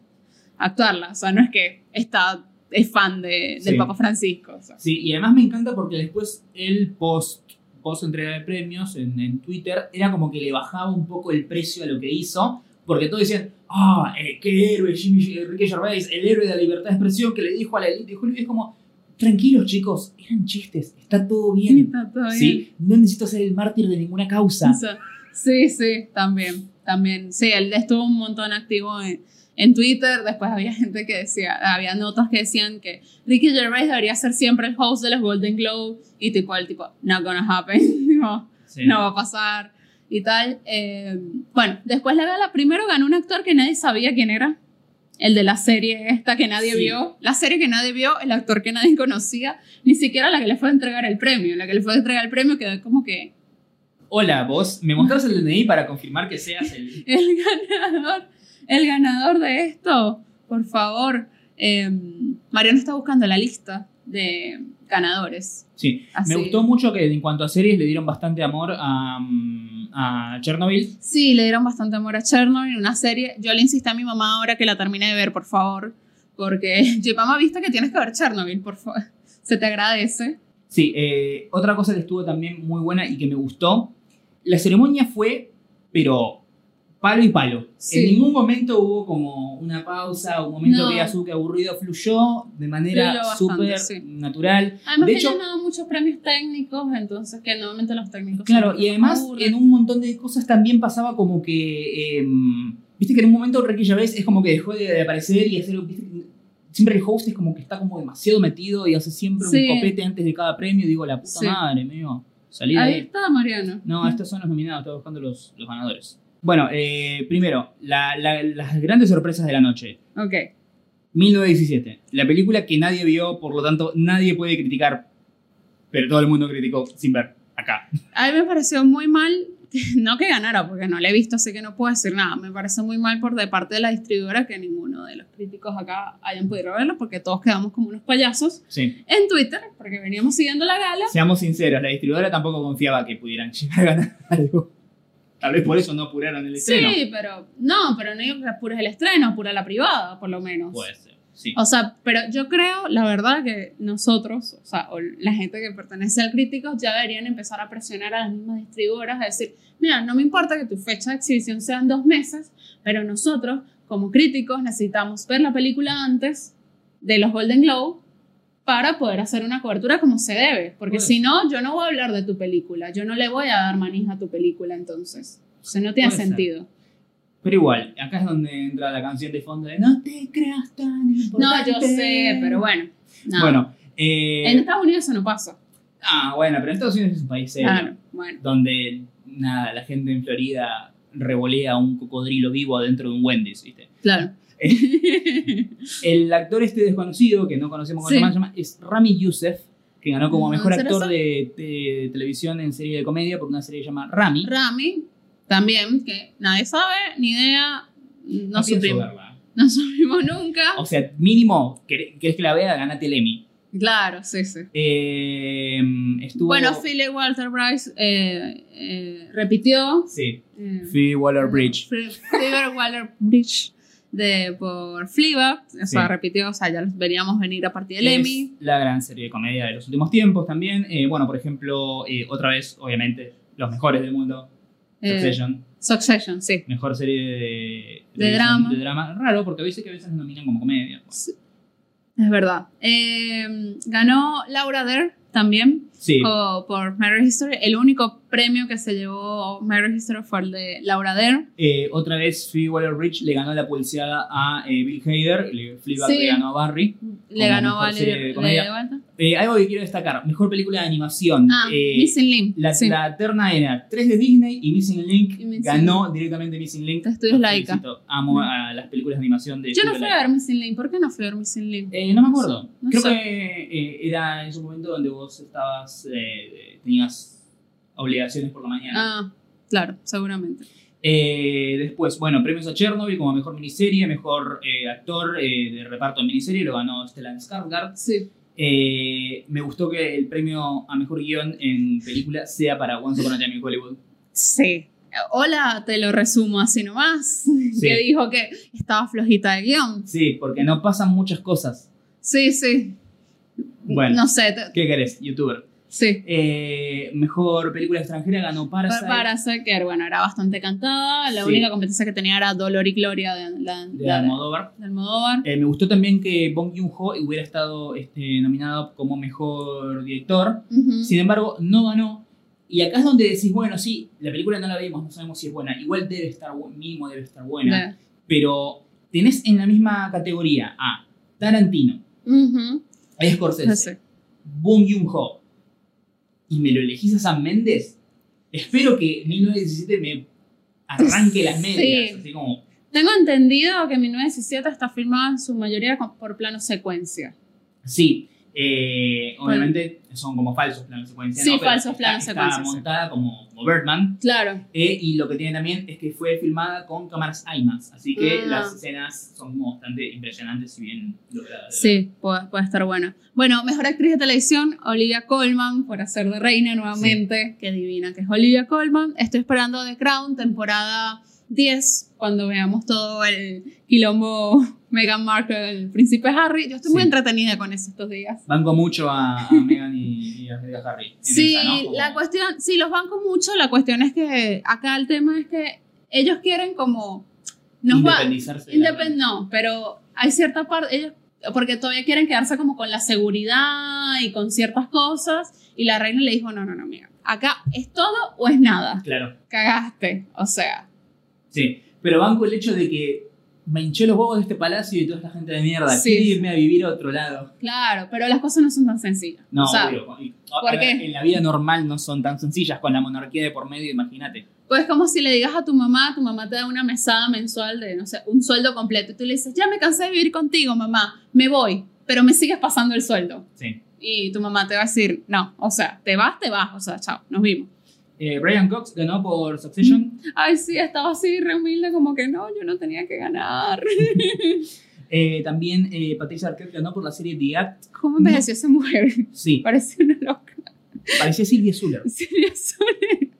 a actuarlas. O sea, no es que está, es fan de- del Sí. Papa Francisco. o sea. Sí, y además me encanta porque después el post, post entrega de premios en, en Twitter era como que le bajaba un poco el precio a lo que hizo, porque todos decían, ah, eh, qué héroe Jimmy Enrique Gervais, el héroe de la libertad de expresión que le dijo a la elite de Hollywood. Y es como, tranquilos chicos, eran chistes, está todo Sí, bien. está todo bien. ¿sí? No necesito ser el mártir de ninguna causa. O sea, sí, sí, también, también. Sí, él estuvo un montón activo en, en Twitter. Después había gente que decía, había notas que decían que Ricky Gervais debería ser siempre el host de los Golden Globe y tipo el tipo, not gonna happen. Tipo, Sí. no va a pasar y tal. Eh, bueno, después la gala primero ganó un actor que nadie sabía quién era. El de la serie esta que nadie Sí. vio, la serie que nadie vio, el actor que nadie conocía, ni siquiera la que le fue a entregar el premio. La que le fue a entregar el premio quedó como que Hola, vos, ¿me mostrás el DNI para confirmar que seas el... el ganador, el ganador de esto, por favor. Eh, Mariano está buscando la lista de ganadores. Sí, Así. Me gustó mucho que en cuanto a series le dieron bastante amor a, mm, a Chernobyl. Sí, le dieron bastante amor a Chernobyl, una serie. Yo le insistí a mi mamá ahora que la termine de ver, por favor. Porque, yo, mamá, viste que tienes que ver Chernobyl, por favor. Se te agradece. Sí, eh, otra cosa que estuvo también muy buena y que me gustó, la ceremonia fue, pero palo y palo. Sí. En ningún momento hubo como una pausa, un momento No. que digas, "Uh, qué aburrido, fluyó de manera Fluyó bastante, súper sí. natural. Además, De que hecho- le han dado muchos premios técnicos, entonces que normalmente los técnicos. Claro, son y además aburren. en un montón de cosas también pasaba como que, em, viste que en un momento Ricky Gervais es como que dejó de, de aparecer y hacer... viste, Siempre el host es como que está como demasiado metido y hace siempre Sí. un copete antes de cada premio. Digo, la puta Sí. madre, medio. Salí de Ahí ahí. está Mariano. eh, No, estos son los nominados, estaba buscando los, los ganadores. Bueno, eh, primero, la- la- las grandes sorpresas de la noche. Ok. 1917, la película que nadie vio, por lo tanto nadie puede criticar, pero todo el mundo criticó sin ver acá. A mí me pareció muy mal, no que ganara, porque no la he visto, así que no puedo decir nada. Me pareció muy mal por de parte de la distribuidora que ninguno de los críticos acá hayan podido verlo, porque todos quedamos como unos payasos Sí. en Twitter, porque veníamos siguiendo la gala. Seamos sinceros, la distribuidora tampoco confiaba que pudieran llegar a ganar algo. Tal vez por eso no apuraron el estreno. Sí, pero no, pero no digo que apures el estreno, apura la privada, por lo menos. Puede ser, sí. O sea, pero yo creo, la verdad, que nosotros, o sea, o la gente que pertenece al crítico, ya deberían empezar a presionar a las mismas distribuidoras a decir, mira, no me importa que tu fecha de exhibición sean dos meses, pero nosotros, como críticos, necesitamos ver la película antes de los Golden Globe para poder hacer una cobertura como se debe, porque Puede si no, yo no voy a hablar de tu película, yo no le voy a dar manija a tu película entonces. O sea, no tiene Puede ser. sentido. Pero igual, acá es donde entra la canción de fondo de No te creas tan No, importante. yo sé, pero bueno. nada. Bueno, eh, en Estados Unidos eso no pasa. ah, bueno, pero Estados Unidos es un país serio. Claro, bueno. donde nada, la gente en Florida revolea a un cocodrilo vivo adentro de un Wendy's, ¿viste? Claro. Eh. El actor este desconocido, que no conocemos cómo Sí. se llama, se llama- es Rami Youssef, que ganó como Ajá, mejor ¿será actor esa? de, de televisión en serie de comedia por una serie que se llama Rami. Rami, también, que nadie sabe, ni idea, no pienso supimos. verla. No supimos nunca. O sea, mínimo, quer- ¿querés que la vea? Ganate el Emmy. Claro, sí, sí. Eh, estuvo... Bueno, Philip Walter Bryce eh, eh, repitió. Sí, eh, Phoebe Waller-Bridge. Fre- Phoebe Waller Bridge de, por Fleabag. O sea, Sí. repitió, o sea, ya los veríamos venir a partir del Es Emmy. la gran serie de comedia de los últimos tiempos también. Eh, bueno, por ejemplo, eh, otra vez, obviamente, los mejores del mundo. Eh, Succession, Succession, sí. mejor serie de, De drama. de drama. Raro, porque a veces que a veces nos nominan como comedia. Es verdad. Eh, ganó Laura Dern también Sí, o- por Marriage History. El único premio que se llevó Marriage History fue el de Laura Dern. eh, otra vez Phoebe Waller-Bridge le ganó la pulseada a eh, Bill Hader, le, Fleabag Sí. le ganó a Barry. Le ganó mejor Valerie serie de comedia. de vuelta. Eh, algo que quiero destacar, mejor película de animación. Ah, Eh, Missing Lim. la, sí. la terna era 3 de Disney y Missing Link Y Missing ganó directamente Missing Link. De Estudios Los Laika. felicito. Amo a las películas de animación de Yo no Estudio fui a Laika. ver Missing Lim. ¿Por qué no fui a ver Missing Lim? Eh, no me acuerdo. No Creo sé. que eh, era en su momento donde vos estabas, eh, tenías obligaciones por la mañana. Ah, claro, seguramente. Eh, después, bueno, premios a Chernobyl como mejor miniserie, mejor eh, actor eh, de reparto en miniserie, lo ganó Stellan Skarsgård. Sí. Eh, me gustó que el premio a mejor guión en película sea para Once Upon a Time in Hollywood. Sí. Hola, te lo resumo así nomás. Que dijo que estaba flojita de guión. Sí, porque no pasan muchas cosas. Sí, sí. Bueno, No sé. te- ¿qué querés? Youtuber. sí. Eh, mejor película extranjera ganó Parasite. Para, para Zucker, bueno, era bastante cantada. La Sí. única competencia que tenía era Dolor y Gloria de, la- de la- Almodóvar. de Almodóvar. Eh, me gustó también que Bong Joon-ho hubiera estado este, nominado como mejor director. Ujú. Sin embargo, no ganó. Y acá es donde decís, bueno, sí, la película no la vimos, no sabemos si es buena. Igual debe estar, bu- mínimo debe estar buena. De- Pero tenés en la misma categoría a Tarantino, Ujú. a Scorsese, No sé. Bong Joon-ho y me lo elegís a San Méndez. Espero que 1917 me arranque las Sí. medias. Así como, Tengo entendido que 1917 está filmada en su mayoría con- por plano secuencia. Sí, eh, obviamente son como falsos planos secuencia. Sí, ¿no? Pero falsos está- planos está secuencia, sí. montada como, como Birdman. Claro. eh, y lo que tiene también es que fue filmada con cámaras IMAX. Así que Ah. las escenas son como bastante impresionantes y bien logradas. Sí, puede, puede estar buena. Bueno, mejor actriz de televisión, Olivia Colman, por hacer de reina nuevamente. Qué divina que es Olivia Colman. Estoy esperando The Crown, temporada 10, cuando veamos todo el quilombo Meghan Markle, el príncipe Harry. Yo estoy muy Sí. entretenida con eso estos días. Banco mucho a, a Megan y, y a Megan Harry. en Sí, esa, ¿no? Como- la cuestión, sí, los bancos mucho, la cuestión es que acá el tema es que ellos quieren como... Nos va, independizarse de la- Independ- no, pero hay cierta parte, ellos, porque todavía quieren quedarse como con la seguridad y con ciertas cosas, y la reina le dijo, no, no, no, mira, acá es todo o es nada, Claro, cagaste, o sea, sí. Pero banco el hecho de que me hinché los huevos de este palacio y toda esta gente de mierda. Sí. Quiero irme a vivir a otro lado. claro, pero las cosas no son tan sencillas. No, o sea, obvio. A- ¿por a ver, qué? En la vida normal no son tan sencillas, con la monarquía de por medio, imagínate. Pues como si le digas a tu mamá, tu mamá te da una mesada mensual de, no sé, un sueldo completo, y tú le dices, ya me cansé de vivir contigo, mamá, me voy, pero me sigues pasando el sueldo. Sí. Y tu mamá te va a decir, no, o sea, te vas, te vas, o sea, chao, nos vimos. Eh, Brian Cox ganó por Succession. Ay, sí, estaba así re humilde, como que no, yo no tenía que ganar. Eh, también eh, Patricia Arquette ganó por la serie The Act. ¿Cómo envejeció esa mujer? Sí, Parecía una loca. parecía Silvia Zuller. Sería Sole.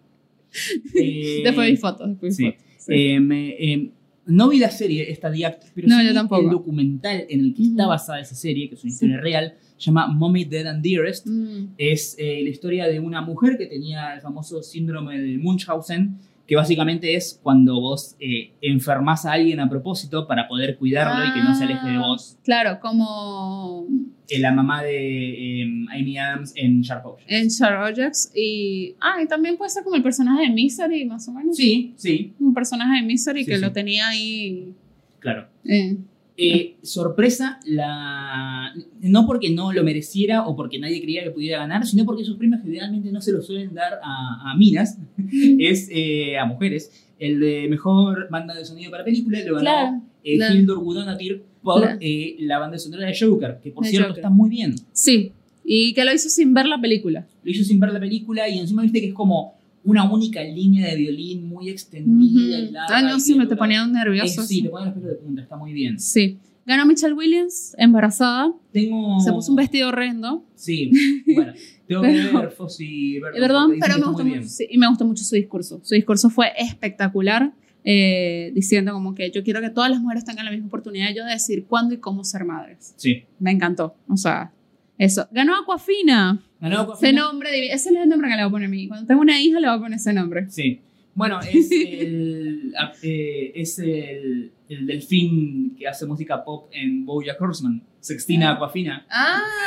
Eh, Después vi fotos, después vi sí. fotos. sí. eh, me- eh, no vi la serie, esta The Act, pero No, sí yo tampoco. el documental en el que está Ujú. basada esa serie, que es una historia real, llama Mommy Dead and Dearest. Mm, es eh, la historia de una mujer que tenía el famoso síndrome de Munchausen, que básicamente es cuando vos eh, enfermas a alguien a propósito para poder cuidarlo y que no se aleje Ah. de vos. Claro, como Eh, la mamá de eh, Amy Adams en Sharp Objects. en Charlotte Jax y... Ah, y también puede ser como el personaje de Misery, más o menos. Sí, sí, Un personaje de Misery Sí, que sí. lo tenía ahí... claro. eh, Eh, sorpresa, la... no porque no lo mereciera o porque nadie creía que pudiera ganar, sino porque esos premios generalmente no se los suelen dar a, a minas, es eh, a mujeres. El de mejor banda de sonido para película lo ganó claro. eh, Claro. Hildur Guðnadóttir por Claro. eh, la banda sonora de Joker, que por De cierto Joker. está muy bien. Sí, y que lo hizo sin ver la película. Lo hizo sin ver la película y encima viste que es como una única línea de violín muy extendida y Ujú. larga. Ah, no, y sí, me te dura. ponían Eh, nervioso. sí, te ponen los pelos de punta, está muy bien. Sí. Ganó Michelle Williams, embarazada. Tengo. Se puso un vestido horrendo. Sí, bueno, tengo que Pero- ver Fossi Eh, Perdón, pero me gustó mucho. sí, y me gustó mucho su discurso. Su discurso fue espectacular, eh, diciendo como que yo quiero que todas las mujeres tengan la misma oportunidad yo de decir cuándo y cómo ser madres. Sí. Me encantó. O sea, eso. Ganó Aquafina. Ganó Ese Aquafina. nombre, divi- ese es el nombre que le voy a poner a mí. Cuando tengo una hija le voy a poner ese nombre. Sí. Bueno, es, el, a- eh, es el, el delfín que hace música pop en Bojack Horseman, Sextina Aquafina.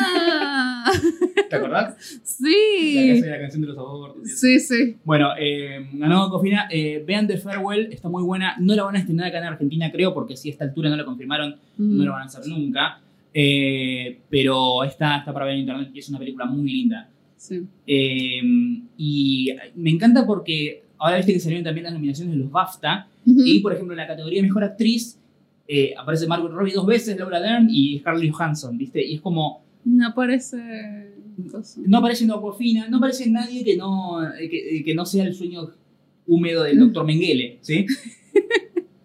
Ah, ¿Te acordás? La que sí. hace la canción de los abortos. y eso. Sí, sí. Bueno, eh, ganó Aquafina. Eh, vean The Farewell, está muy buena. No la van a estrenar acá en Argentina, creo, porque si a esta altura no la confirmaron, Mm. no lo van a hacer nunca. Eh, pero está, está para ver en internet y es una película muy linda. Sí. Eh, y me encanta porque ahora viste que salieron también las nominaciones de los BAFTA. Y por ejemplo, en la categoría de mejor actriz eh, aparece Margot Robbie dos veces, Laura Dern y Scarlett Johansson, ¿viste? Y es como, No aparece. cosa. no aparece en Aquafina, no aparece nadie que no, eh, que, eh, que no sea el sueño húmedo del doctor Mengele, ¿sí?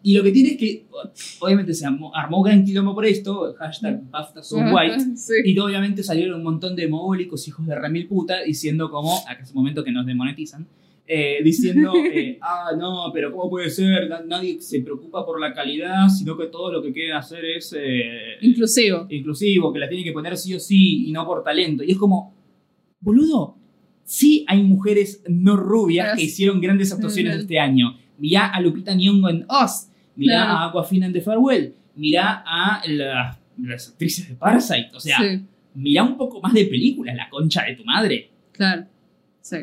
Y lo que tiene es que, o- obviamente, se armó, armó gran quilombo por esto, hashtag BAFTA so white, Sí. y obviamente salieron un montón de mogólicos hijos de remil puta diciendo como, acá es el momento que nos demonetizan, eh, diciendo, eh, ah, no, pero ¿cómo puede ser? Na- Nadie se preocupa por la calidad, sino que todo lo que quieren hacer es eh, Inclusivo. inclusivo, que la tienen que poner sí o sí y no por talento. Y es como, boludo, sí hay mujeres no rubias Pero que sí. Mm. hicieron grandes actuaciones Ujú. este año. Mirá a Lupita Nyong'o en Oz, mirá Claro. a Aquafina en The Farewell, mirá a las, las actrices de Parasite, o sea sí, mirá un poco más de películas, la concha de tu madre. claro. Sí.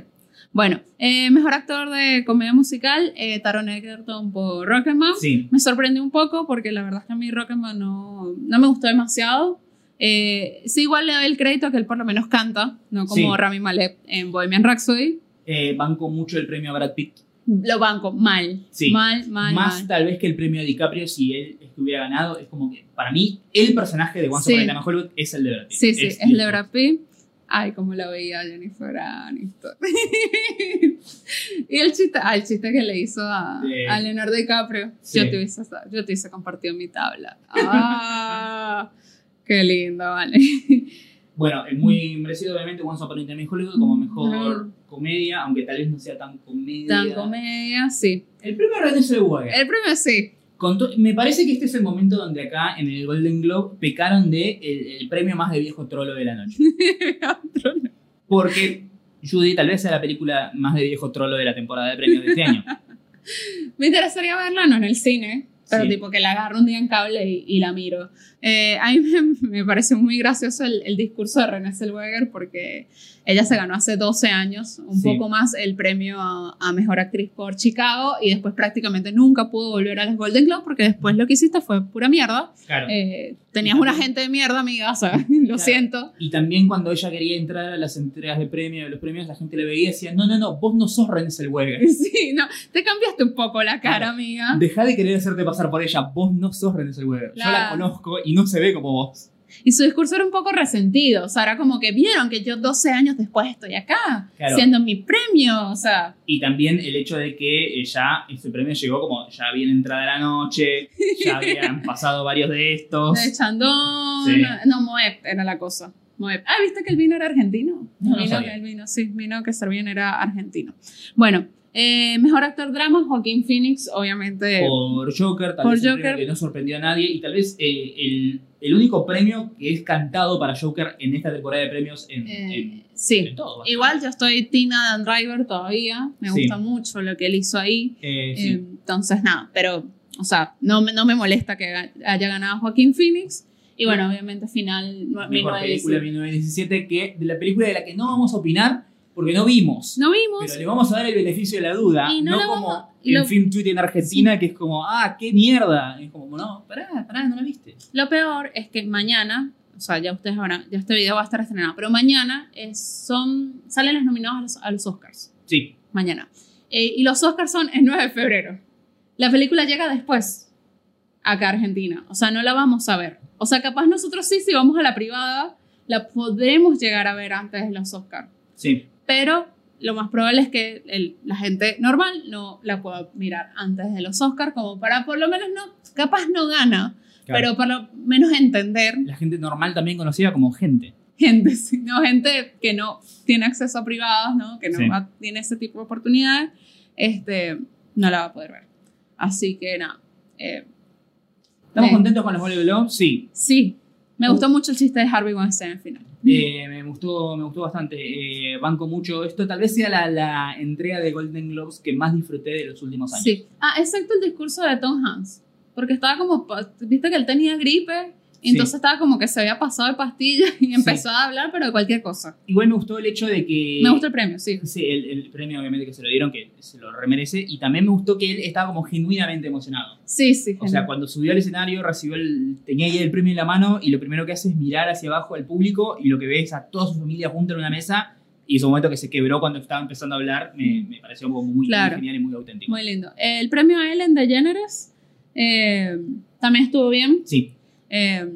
Bueno, eh, mejor actor de comedia musical, eh, Taron Egerton por Rocketman. Sí. Me sorprendió un poco porque la verdad es que a mí Rocketman no, no me gustó demasiado. Eh, sí, igual le doy el crédito que él por lo menos canta, no como Sí. Rami Malek en Bohemian Rhapsody. Eh, banco mucho el premio a Brad Pitt. Lo banco, mal. Sí. Mal, mal, más mal. tal vez que el premio a DiCaprio si él estuviera ganado. Es como que para mí el personaje de Once Sí. Upon a Time in Hollywood es el de este Brad Pitt. Sí, sí, es, el de Brad Brad Pitt. Ay, como la veía Jennifer Aniston. y el chiste, ah, el chiste que le hizo a, Sí. a Leonardo DiCaprio. Sí. Yo, te hubiese, yo te hubiese compartido mi tabla. Ah, qué lindo, vale. Pitt. Bueno, es muy merecido obviamente Once Upon a Time in Hollywood como mejor comedia, aunque tal vez no sea tan comedia. Tan comedia, Eh. sí. El premio René se juega. El premio sí. Me parece que este es el momento donde acá en el Golden Globe pecaron de el- el premio más de viejo trolo de la noche. Otro no. Porque Judy tal vez sea la película más de viejo trolo de la temporada de premios de este año. Me interesaría verla, no en el cine, pero Sí. tipo que la agarro un día en cable y, y la miro. Eh, a mí me, me pareció muy gracioso el, el discurso de Renée Zellweger porque ella se ganó hace 12 años, un Sí. poco más, el premio a, a Mejor Actriz por Chicago y después prácticamente nunca pudo volver a los Golden Globe porque después lo que hiciste fue pura mierda. Claro. Eh, tenías una gente de mierda, amiga, o sea, lo siento. Y también cuando ella quería entrar a las entregas de premios, de los premios, la gente le veía y decía, no, no, no, vos no sos René Zellweger. Sí, no, te cambiaste un poco la cara, amiga. Deja de querer hacerte pasar por ella, vos no sos René Zellweger. Yo la Claro. conozco y no se ve como vos. Y su discurso era un poco resentido, o sea, era como que vieron que yo 12 años después estoy acá, Claro. siendo mi premio, o sea, Y también el hecho de que eh, ya este premio llegó como ya bien entrada la noche, ya habían pasado varios de estos. de Chandón, Sí. no, Moeb era la cosa. Moeb. Ah, ¿viste que el vino era argentino? No, no el, vino, sabía. el vino, sí, el vino que servían era argentino. Bueno, eh, mejor actor drama, Joaquín Phoenix, obviamente. por Joker, tal por vez un Joker. premio que no sorprendió a nadie y tal vez eh, el, el único premio que es cantado para Joker en esta temporada de premios en, en- eh, sí. en todo. Igual yo estoy Tina Dan Driver todavía, me Sí. gusta mucho lo que él hizo ahí. Eh, sí. Entonces, nada, pero, o sea, no, me- no me molesta que ga- haya ganado Joaquín Phoenix. Y bueno, obviamente, final. no- Mejor 1917. película 1917 que de la película de la que no vamos a opinar porque no vimos. No vimos. Pero le vamos a dar el beneficio de la duda, Y no no, la como vamos- el lo- film tweet en Argentina que es como, ah, qué mierda. Y es como, no, pará, pará, no la viste. Lo peor es que mañana, o sea, ya ustedes ahora, ya este video va a estar estrenado, pero mañana es- son, salen los nominados a los, a los Oscars. Sí, Mañana. Eh, y los Oscars son el 9 de febrero. La película llega después, acá a Argentina. O sea, no la vamos a ver. O sea, capaz nosotros sí, si vamos a la privada, la podremos llegar a ver antes de los Oscars. sí. pero lo más probable es que el- la gente normal no la pueda mirar antes de los Oscars, como para por lo menos no, capaz no gana, pero por lo menos entender La gente normal también conocida como gente. gente, sino gente que no tiene acceso a privados, ¿no? que no Sí. va- tiene ese tipo de oportunidades, este, no la va a poder ver. Así que nada. eh, ¿Estamos Sí. contentos Uh. con los Volley Below? Sí. sí, me gustó mucho el chiste de Harvey Weinstein al final. Eh, me, gustó, me gustó bastante. Eh, banco mucho esto. Tal vez sea la, la entrega de Golden Globes que más disfruté de los últimos años. Sí. Ah, exacto el discurso de Tom Hanks. Porque estaba como, pa- viste que él tenía gripe, y Sí. entonces estaba como que se había pasado de pastilla y empezó a hablar, pero de cualquier cosa. Igual me gustó el hecho de que. Me gustó el premio, sí. Sí, el, el premio obviamente que se lo dieron, que se lo remerece. Y también me gustó que él estaba como genuinamente emocionado. Sí, sí. O genial. sea, cuando subió al escenario, recibió el, tenía ahí el premio en la mano y lo primero que hace es mirar hacia abajo al público y lo que ve es a toda su familia junta en una mesa. Y ese momento que se quebró cuando estaba empezando a hablar me, me pareció como muy, muy Mm. Claro. genial y muy auténtico. Muy lindo. El premio a Ellen DeGeneres eh, también estuvo bien. Sí, Eh,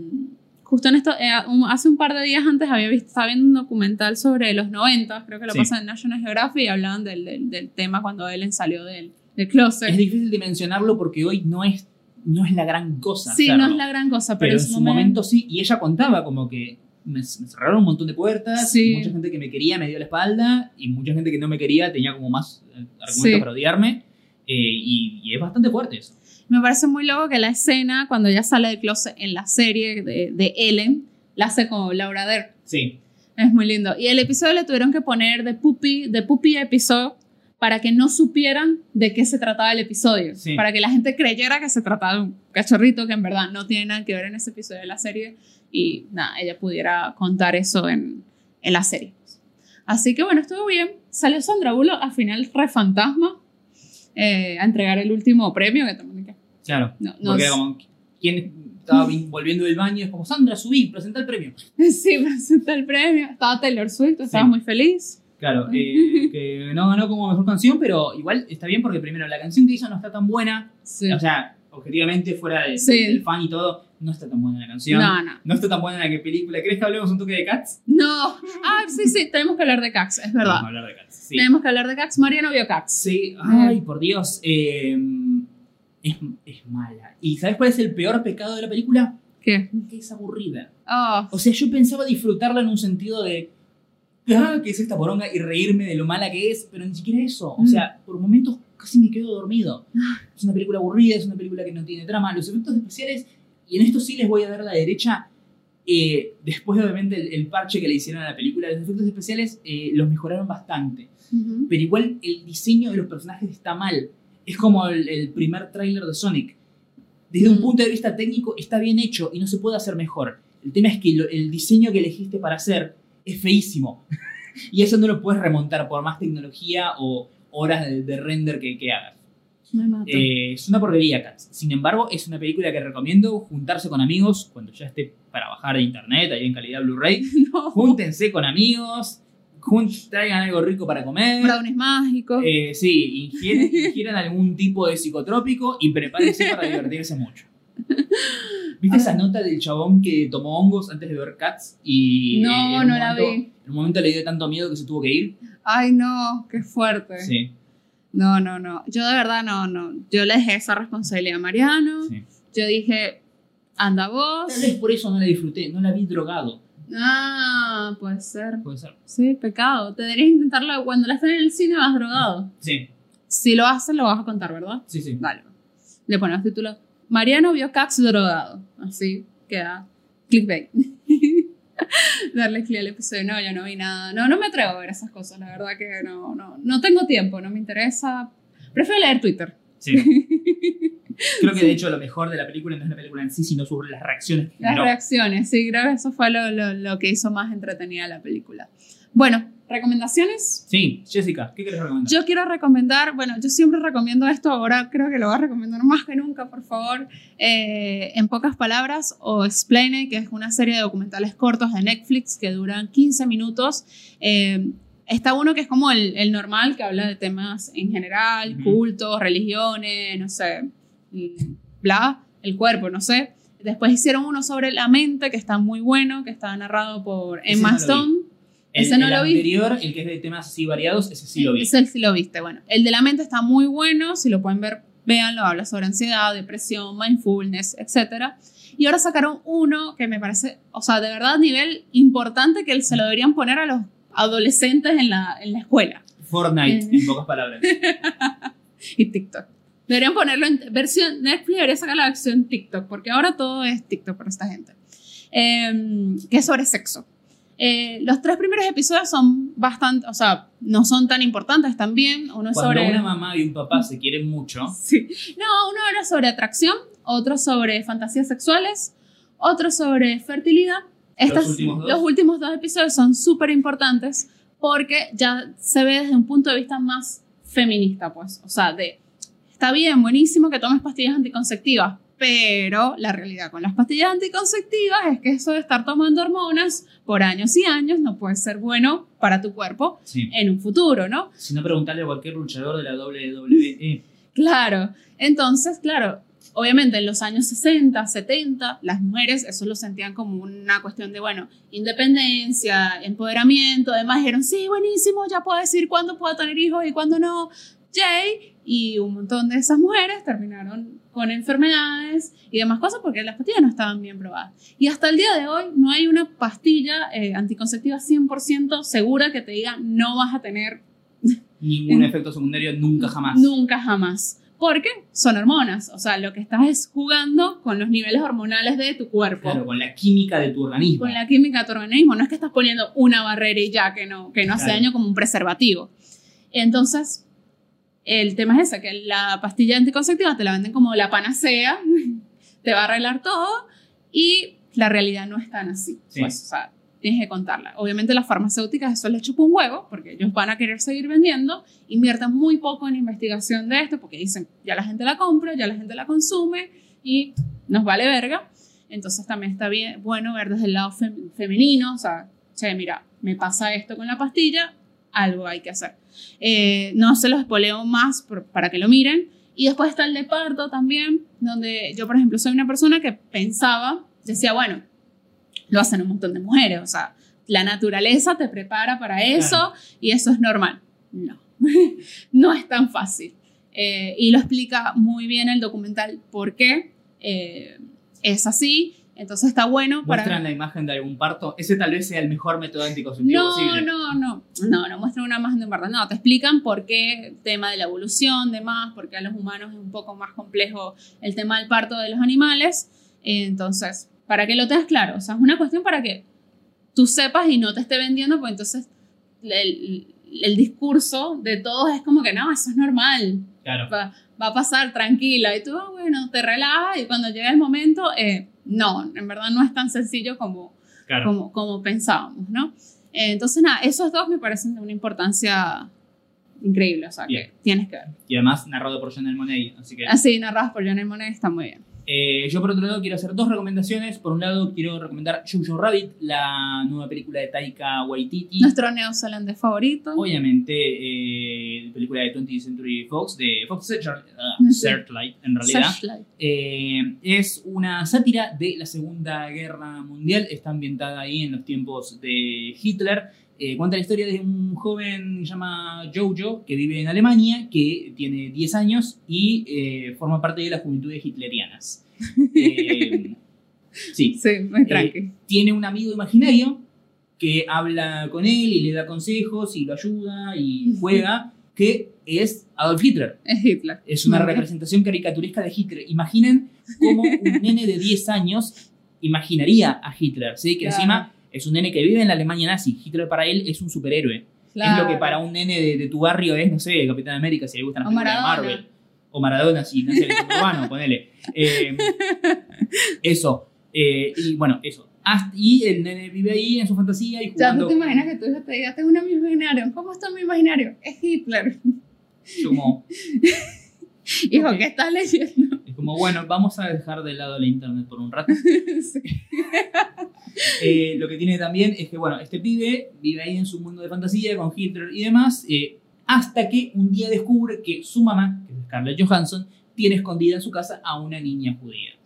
justo en esto, eh, un- hace un par de días antes había visto, estaba viendo un documental sobre los 90, creo que lo Sí. pasan en National Geographic, y hablaban del, del, del tema cuando Ellen salió del, del closet. es difícil de mencionarlo porque hoy no es, no es la gran cosa. sí, hacerlo. no es la gran cosa, pero, pero en su momento sí, y ella contaba como que me, me cerraron un montón de puertas, Sí. mucha gente que me quería me dio la espalda y mucha gente que no me quería tenía como más eh, argumentos Sí. para odiarme eh, y, y es bastante fuerte eso. Me parece muy loco que la escena cuando ella sale del closet en la serie de, de Ellen la hace como Laura Dern. Sí, Es muy lindo. Y el episodio le tuvieron que poner de pupi, de pupi episodio para que no supieran de qué se trataba el episodio. Sí. Para que la gente creyera que se trataba de un cachorrito que en verdad no tiene nada que ver en ese episodio de la serie. Y nada, ella pudiera contar eso en, en la serie. Así que bueno, estuvo bien. Salió Sandra Bullock al final re fantasma eh, a entregar el último premio que también que- claro. no, no Porque sé. era como, ¿quién estaba vin- volviendo del baño? Es como, Sandra, subí, presenta el premio. Sí, presenta el premio. Estaba Taylor Swift, estaba Sí. muy feliz. Claro, eh, que no ganó como mejor canción, pero igual está bien porque primero la canción que hizo no está tan buena, Sí. o sea, objetivamente fuera de- Sí. del fan y todo, no está tan buena la canción. No, no. No está tan buena la que película. ¿Crees que hablemos un toque de Cats? No. Ah, sí, sí, tenemos que hablar de Cax, es verdad. Em, Vamos a hablar de Cats, Sí. Tenemos que hablar de Cax. Mariano vio Cax. Sí, ay, por Dios. eh, es, es mala. ¿Y sabes cuál es el peor pecado de la película? ¿Qué? Que es aburrida. Oh, O sea, yo pensaba disfrutarla en un sentido de. Ah, ¿qué es esta poronga? Y reírme de lo mala que es, pero ni siquiera eso. O Mm. sea, por momentos casi me quedo dormido. Es una película aburrida, es una película que no tiene trama. Los efectos especiales, y en esto sí les voy a dar la derecha, eh, después obviamente el, el parche que le hicieron a la película, los efectos especiales eh, los mejoraron bastante ujú. pero igual el diseño de los personajes está mal. Es como el, el primer tráiler de Sonic. Desde un Mm. punto de vista técnico está bien hecho y no se puede hacer mejor. El tema es que lo- el diseño que elegiste para hacer es feísimo. y eso no lo puedes remontar por más tecnología o horas de, de render que, que hagas. me mato. Eh, es una porquería, Cats. Sin embargo, es una película que recomiendo juntarse con amigos cuando ya esté para bajar a internet, ahí en calidad Blu-ray. no. Júntense con amigos, jun- traigan algo rico para comer. Brownies mágicos. Eh, sí, ingieren, ingieren algún tipo de psicotrópico y prepárense para divertirse mucho. ¿Viste esa nota del chabón que tomó hongos antes de ver Cats? Y No, eh, en un no la momento- vi. En un momento le dio tanto miedo que se tuvo que ir. Ay, no, qué fuerte. Sí, No, no, no. Yo de verdad no, no. Yo le dejé esa responsabilidad a Mariano. sí. Yo dije, anda vos. Tal vez por eso no la disfruté, no la vi drogado. Ah, puede ser. Puede ser. Sí, pecado. Te deberías intentarlo cuando la estén en el cine vas drogado. Sí, Si lo haces, lo vas a contar, ¿verdad? sí, sí. Vale. Le ponemos título. Mariano vio Cats drogado. Así queda. Clickbait. Darle clic al episodio. No, yo no vi nada. No, no me atrevo a ver esas cosas. La verdad que no, no, no tengo tiempo. No me interesa. Prefiero leer Twitter. sí. Creo que de hecho lo mejor de la película no es la película en sí, sino sobre las reacciones. que Las generó. reacciones. Sí, creo que eso fue lo, lo- lo que hizo más entretenida la película. Bueno, recomendaciones. Sí, Jessica, ¿qué querés recomendar? Yo quiero recomendar, bueno, yo siempre recomiendo esto, ahora creo que lo voy a recomendar más que nunca, por favor, eh, en pocas palabras, o Explain, que es una serie de documentales cortos de Netflix que duran 15 minutos. Eh, está uno que es como el, el normal, que habla de temas en general, Ujú. cultos, religiones, no sé, mm, bla, el cuerpo, no sé. Después hicieron uno sobre la mente, que está muy bueno, que está narrado por Ese Emma no lo vi. Stone. El, Ese no el lo vi. anterior, el que es de temas así variados, ese sí lo vi. Ese sí lo viste, bueno. El de la mente está muy bueno, si lo pueden ver, véanlo, habla sobre ansiedad, depresión, mindfulness, etc. Y ahora sacaron uno que me parece, o sea, de verdad a nivel importante que se lo deberían poner a los adolescentes en la, en la escuela. Fortnite, Eh. en pocas palabras. Y TikTok. Deberían ponerlo en versión, Netflix debería sacar la versión TikTok, porque ahora todo es TikTok para esta gente. Eh, que es sobre sexo. Eh, los tres primeros episodios son bastante, o sea, no son tan importantes también. Uno es Cuando sobre... una mamá y un papá se quieren mucho, Sí. No, uno era sobre atracción, otro sobre fantasías sexuales, otro sobre fertilidad. Estos, últimos dos? los últimos dos episodios son súper importantes porque ya se ve desde un punto de vista más feminista, pues. O sea, de, está bien, buenísimo que tomes pastillas anticonceptivas, pero la realidad con las pastillas anticonceptivas es que eso de estar tomando hormonas por años y años no puede ser bueno para tu cuerpo sí. en un futuro, ¿no? si no preguntarle a cualquier luchador de la E, WWE, Claro, entonces, claro, obviamente en los años 60, 70, las mujeres eso lo sentían como una cuestión de, bueno, independencia, empoderamiento, además dijeron, sí, buenísimo, ya puedo decir cuándo puedo tener hijos y cuándo no, yay, y un montón de esas mujeres terminaron con enfermedades y demás cosas porque las pastillas no estaban bien probadas. Y hasta el día de hoy no hay una pastilla eh, anticonceptiva 100% segura que te diga no vas a tener ningún Eh. efecto secundario nunca jamás. Nunca jamás. Porque son hormonas. O sea, lo que estás es jugando con los niveles hormonales de tu cuerpo. Claro, con la química de tu organismo. Con la química de tu organismo. No es que estás poniendo una barrera y ya que no, que no hace Claro. daño como un preservativo. Entonces, el tema es ese, que la pastilla anticonceptiva te la venden como la panacea, te va a arreglar todo y la realidad no es tan así. Sí. Pues, o sea, tienes que contarla. Obviamente las farmacéuticas eso les chupa un huevo porque ellos van a querer seguir vendiendo, invierten muy poco en investigación de esto porque dicen, ya la gente la compra, ya la gente la consume y nos vale verga. Entonces también está bien, bueno ver desde el lado fem- femenino, o sea, che, mira, me pasa esto con la pastilla, algo hay que hacer. Eh, no se los espoleo más por- para que lo miren. Y después está el de parto también, donde yo, por ejemplo, soy una persona que pensaba, decía, bueno, lo hacen un montón de mujeres, o sea, la naturaleza te prepara para eso Claro. y eso es normal. No, no es tan fácil. Eh, y lo explica muy bien el documental por qué eh, es así. Entonces está bueno para... Muestran la imagen de algún parto. Ese tal vez sea el mejor método anticonceptivo No, posible. no, no, no, no muestran una imagen de verdad, no, te explican por qué, tema de la evolución, demás, porque a los humanos es un poco más complejo el tema del parto de los animales, Eh, entonces, para que lo tengas claro, o sea, es una cuestión para que tú sepas y no te esté vendiendo, pues entonces el, el discurso de todos es como que no, eso es normal, Claro. va, va a pasar tranquila y tú, ah, bueno, te relajas y cuando llega el momento, eh, no, en verdad no es tan sencillo como Claro. como, como pensábamos, ¿no? Eh, entonces, nada, esos dos me parecen de una importancia increíble, o sea, que Bien. tienes que ver. Y además narrado por Janelle Monáe, así que... Así, narradas por Lionel Monet, está muy bien. Eh, yo por otro lado quiero hacer dos recomendaciones. Por un lado quiero recomendar Jojo Rabbit, la nueva película de Taika Waititi. Nuestro neozelandés favorito. Obviamente, eh, la película de 20th Century Fox, de Fox Searchlight, Sí. Searchlight, en realidad. Searchlight. Eh, es una sátira de la Segunda Guerra Mundial, está ambientada ahí en los tiempos de Hitler. Eh, cuenta la historia de un joven que se llama Jojo, que vive en Alemania, que tiene 10 años y eh, forma parte de las juventudes hitlerianas. Eh, sí, Sí, muy tranqui. tiene un amigo imaginario que habla con él y le da consejos y lo ayuda y juega, que es Adolf Hitler. es Hitler. Es una Vale. representación caricaturesca de Hitler. Imaginen cómo un nene de 10 años imaginaría a Hitler, ¿sí? Que Claro. encima es un nene que vive en la Alemania nazi. Hitler para él es un superhéroe. Es lo que Claro. para un nene de, de tu barrio es, no sé, Capitán América, si le gustan las O películas de Maradona. Marvel. O Maradona, si no sé, el cubano, ponele. Eh, eso. Eh, y bueno, eso. Hasta- Y el nene vive ahí en su fantasía y Ya tú jugando te imaginas que tu hijo te diga, tengo un amigo imaginario. ¿Cómo está mi imaginario? Es Hitler. como... Hijo, Ok. ¿qué estás leyendo? Es como, bueno, vamos a dejar de lado la internet por un rato. Sí. Eh, lo que tiene también es que, bueno, este pibe vive ahí en su mundo de fantasía con Hitler y demás, eh, hasta que un día descubre que su mamá, que es Scarlett Johansson, tiene escondida en su casa a una niña judía.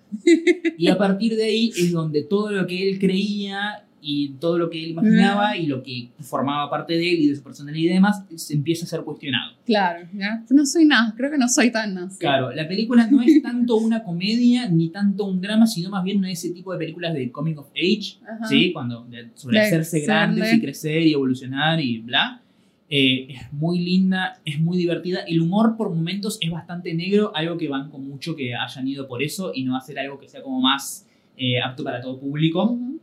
Y a partir de ahí es donde todo lo que él creía y todo lo que él imaginaba y lo que formaba parte de él y de su personalidad y demás se empieza a ser cuestionado. Claro, ya. No soy nada, creo que no soy tan nada. Claro, la película no es tanto una comedia ni tanto un drama, sino más bien ese tipo de películas de coming of age, Ajá. ¿sí? Cuando de- sobre De hacerse ser grandes de- y crecer y evolucionar y bla. Eh, es muy linda, es muy divertida. El humor por momentos es bastante negro, algo que banco mucho que hayan ido por eso y no hacer algo que sea como más eh, apto para todo público. Ujú.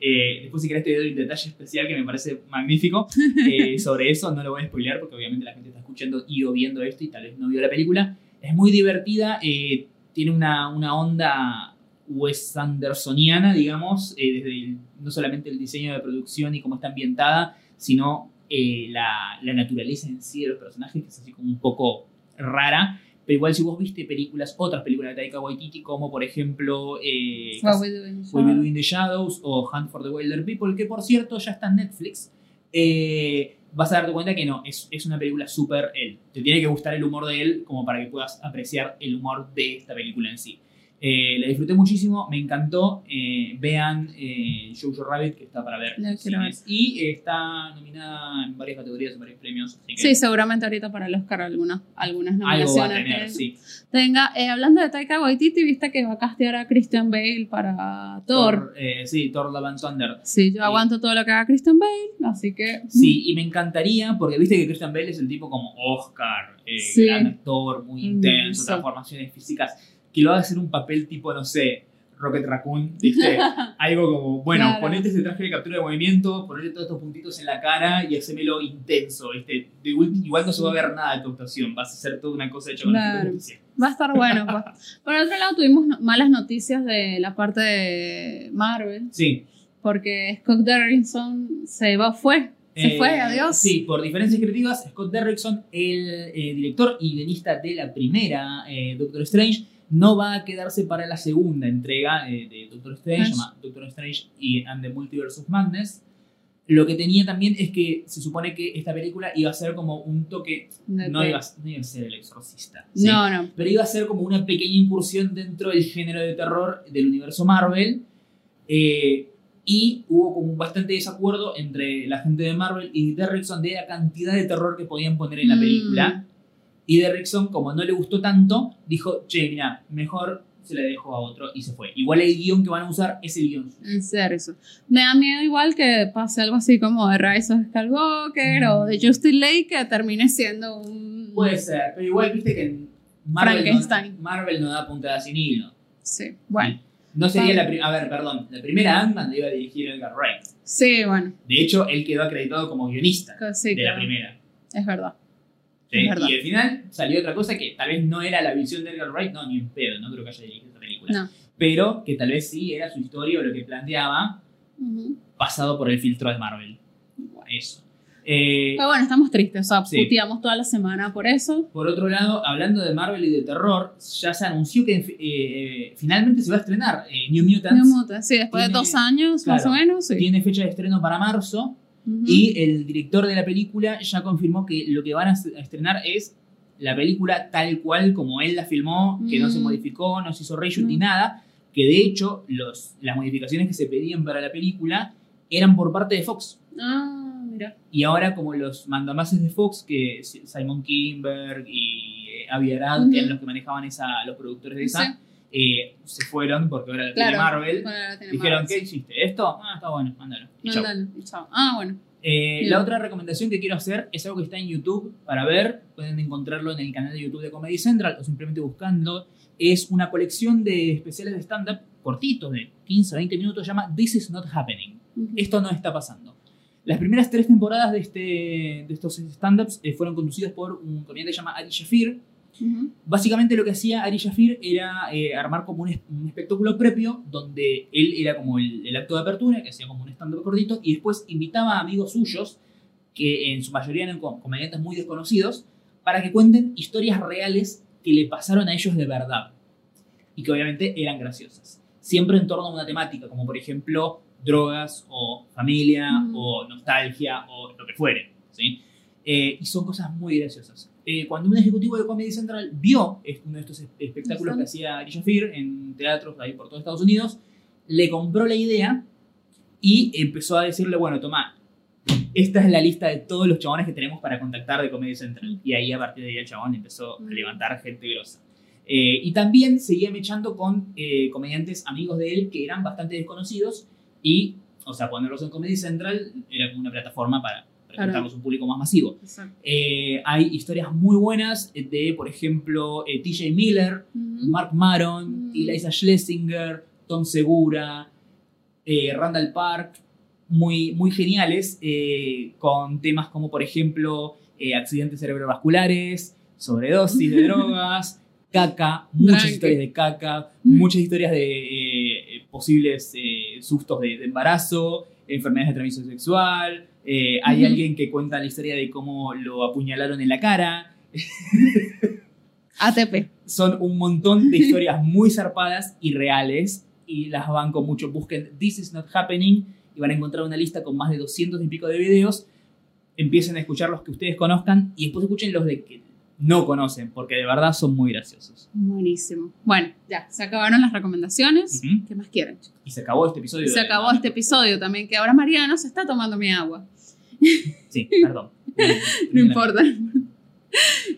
Eh, después, si querés, te doy un detalle especial que me parece magnífico eh, sobre eso. No lo voy a spoilear porque obviamente la gente está escuchando y o viendo esto y tal vez no vio la película. Es muy divertida, eh, tiene una, una onda Wes Andersoniana, digamos, eh, desde el- no solamente el diseño de producción y cómo está ambientada, sino eh, la, la naturaleza en sí de los personajes, que es así como un poco rara. Pero igual si vos viste películas, otras películas de Taika Waititi, como por ejemplo eh, What we do Will Be in the Shadows. Doing the Shadows o Hunt for the Wilder People, que por cierto ya está en Netflix, eh, vas a darte cuenta que no, es, es una película súper él. Te tiene que gustar el humor de él como para que puedas apreciar el humor de esta película en sí. Eh, la disfruté muchísimo, me encantó. eh, vean eh, Jojo Rabbit, que está para ver. La en quiero cines. Y eh, está nominada en varias categorías, en varios premios. Así que Sí, seguramente ahorita para el Oscar algunas, algunas algo nominaciones va a tener, que sí. tenga. Eh, hablando de Taika Waititi, viste que va a castear a Christian Bale para Thor. eh, sí, Thor Love and Thunder. Sí, yo aguanto todo lo que haga Christian Bale, así que... Sí, y me encantaría, porque viste que Christian Bale es el tipo como Oscar, eh, Sí. gran actor, muy intenso, Mm, sí. transformaciones físicas, que lo haga hacer un papel tipo, no sé, Rocket Raccoon, ¿viste? Algo como, bueno, Claro. ponete ese traje de captura de movimiento, ponete todos estos puntitos en la cara y hacémelo intenso, ¿viste? De ulti- igual no se va a ver nada de tu actuación, vas a hacer toda una cosa hecha con Claro. efectos especiales. Va a estar bueno. pues. Por otro lado, tuvimos no- malas noticias de la parte de Marvel, Sí. porque Scott Derrickson se va, fue. Se Eh, fue, adiós. Sí, por diferencias creativas, Scott Derrickson, el eh, director y guionista de la primera eh, Doctor Strange, no va a quedarse para la segunda entrega eh, de Doctor Strange, Strange. llama Doctor Strange y and the Multiverse of Madness. Lo que tenía también es que se supone que esta película iba a ser como un toque, De- no de- iba a, no iba a ser el exorcista, ¿sí? No, no. pero iba a ser como una pequeña incursión dentro del género de terror del universo Marvel. eh, y hubo como un bastante desacuerdo entre la gente de Marvel y Derrickson de la cantidad de terror que podían poner en la Mm. película. Y Derrickson, como no le gustó tanto, dijo, che, mira, mejor se la dejo a otro y se fue. Igual el guión que van a usar es el guión. En serio, eso. Me da miedo igual que pase algo así como de Rise of Skywalker Mm. Pues. o de Justin Lake que termine siendo un... Puede ser, pero igual viste que en Marvel, no, Mm. Frankenstein. Marvel no da puntada sin hilo. Sí, bueno. No sería Vale. la primera, a ver, perdón, la primera Ant-Man la iba a dirigir Edgar Wright. Sí, bueno. De hecho, él quedó acreditado como guionista. que Sí, de la claro. primera. Es verdad. ¿sí? Es verdad. Y al final salió otra cosa que tal vez no era la visión de Edgar Wright, no, ni en pedo, no creo que haya dirigido esta película. No. Pero que tal vez sí era su historia o lo que planteaba Ujú. pasado por el filtro de Marvel. Eso. Eh, Pero bueno, estamos tristes, o sea, Sí. puteamos toda la semana por eso. por otro lado, hablando de Marvel y de terror, ya se anunció que eh, finalmente se va a estrenar eh, New Mutants. New Mutants, sí, después de Tiene- dos años más claro. o menos, sí. Tiene fecha de estreno para marzo. Ujú. Y el director de la película ya confirmó que lo que van a est- a estrenar es la película tal cual como él la filmó, que no se Mm. modificó, no se hizo reshoot ni Mm. nada, que de hecho los, las modificaciones que se pedían para la película eran por parte de Fox. Ah, mira. Y ahora como los mandamases de Fox, que S- Simon Kimberg y eh, Avi Arad, que Ujú. eran los que manejaban esa, los productores de esa, Sí. eh, se fueron porque ahora la tiene Claro. Marvel. Bueno, ahora tiene Dijeron, Marvel, ¿qué hiciste? ¿Esto? Ah, está bueno, mándalo. Y sí. chau. Mándalo, y chao. Ah, bueno. Eh, Bien. La otra recomendación que quiero hacer es algo que está en YouTube para ver. Pueden encontrarlo en el canal de YouTube de Comedy Central o simplemente buscando. Es una colección de especiales de stand-up cortitos, de 15 a 20 minutos, llama This is not happening. Ujú. Esto no está pasando. Las primeras tres temporadas de, este, de estos stand-ups eh, fueron conducidas por un comediante que se llama Ari Shafir, Ujú. Básicamente lo que hacía Ari Shafir era eh, armar como un, es- un espectáculo propio donde él era como el, el acto de apertura, que hacía como un stand-up cortito, y después invitaba a amigos suyos, que en su mayoría eran com- comediantes muy desconocidos, para que cuenten historias reales que le pasaron a ellos de verdad y que obviamente eran graciosas. Siempre en torno a una temática, como por ejemplo drogas o familia Mm. o nostalgia o lo que fuere. ¿sí? Eh, y son cosas muy graciosas. Eh, cuando un ejecutivo de Comedy Central vio es- uno de estos es- espectáculos que hacía Ari Shafir en teatros ahí por todo Estados Unidos, le compró la idea Y empezó a decirle, bueno, toma, esta es la lista de todos los chabones que tenemos para contactar de Comedy Central. Y ahí a partir de ahí el chabón empezó a levantar gente grosa. Eh, y también seguía mechando con eh, comediantes amigos de él que eran bastante desconocidos y, o sea, ponerlos en Comedy Central era como una plataforma para presentarlos a un público más masivo. Exacto. Eh, hay historias muy buenas de, por ejemplo, eh, TJ Miller, Ujú. Mark Maron, Mm. Eliza Schlesinger, Tom Segura, eh, Randall Park, muy, muy geniales, eh, con temas como, por ejemplo, eh, accidentes cerebrovasculares, sobredosis de drogas, caca, muchas Tranqui. historias de caca, Mm. muchas historias de eh, eh, posibles eh, sustos de, de embarazo, enfermedades de transmisión sexual. eh, hay Ujú. alguien que cuenta la historia de cómo lo apuñalaron en la cara ATP. son un montón de historias muy zarpadas y reales y las banco mucho. Busquen This is not happening y van a encontrar una lista con más de 200 y pico de videos. Empiecen a escuchar los que ustedes conozcan y después escuchen los de que no conocen porque de verdad son muy graciosos. Buenísimo. Bueno, ya, se acabaron las recomendaciones. Ujú. ¿Qué más quieren? chicos? Y se acabó este episodio. Se de- acabó este episodio también, que ahora Mariano se está tomando mi agua. Sí, perdón. No importa.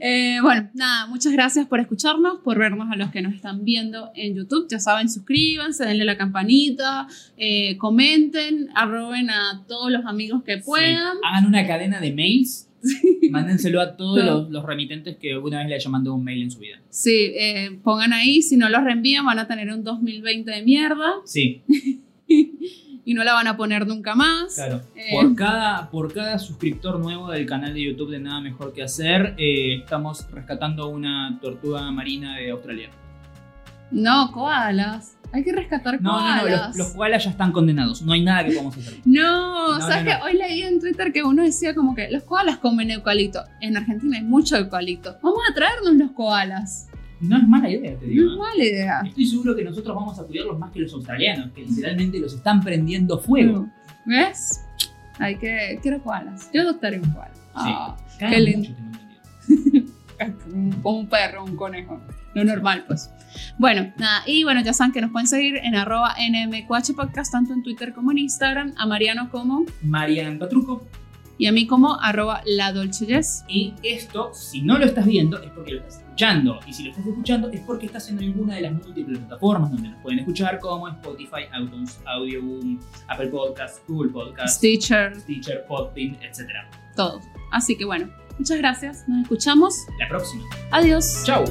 Eh, bueno, nada, muchas gracias por escucharnos, por vernos a los que nos están viendo en YouTube. Ya saben, suscríbanse, denle la campanita, eh, comenten, arroben a todos los amigos que Sí, puedan. Hagan una cadena de mails. Mándenselo a todos Todo. los, los remitentes que alguna vez le hayan mandado un mail en su vida. Sí, eh, pongan ahí, si no los reenvían van a tener un 2020 de mierda Sí, y no la van a poner nunca más. Claro. Eh, Por, cada, por cada suscriptor nuevo del canal de YouTube de Nada Mejor Que Hacer, eh, estamos rescatando una tortuga marina de Australia. No, koalas. Hay que rescatar No, no, koalas. no, los, los koalas ya están condenados. No hay nada que podamos hacer. No, No, sabes no, que hoy leí en Twitter que uno decía como que los koalas comen eucalipto. En Argentina hay mucho eucalipto. Vamos a traernos los koalas. No es mala idea, te No es digo. mala idea. Estoy seguro que nosotros vamos a cuidarlos más que los australianos, que literalmente los están prendiendo Mm. fuego. ¿Ves? Hay que. Quiero koalas. Yo adoptaré un koala. Ah, Cada qué lindo. mucho tengo entendido. un, un perro, un conejo. Lo normal, pues. Bueno, nada. Y bueno, ya saben que nos pueden seguir en arroba NMQH Podcast, tanto en Twitter como en Instagram. A Mariano como. Marian Patruco. Y a mí como arroba la Dolce Jess. Y esto, si no lo estás viendo, es porque lo estás escuchando. Y si lo estás escuchando, es porque estás en alguna de las múltiples plataformas donde nos pueden escuchar, como Spotify, iTunes, Audioboom, Apple Podcasts, Google Podcasts, Stitcher, Teacher, Podbean, etc. todo. Así que bueno, muchas gracias. Nos escuchamos. La próxima. Adiós. ¡Chao!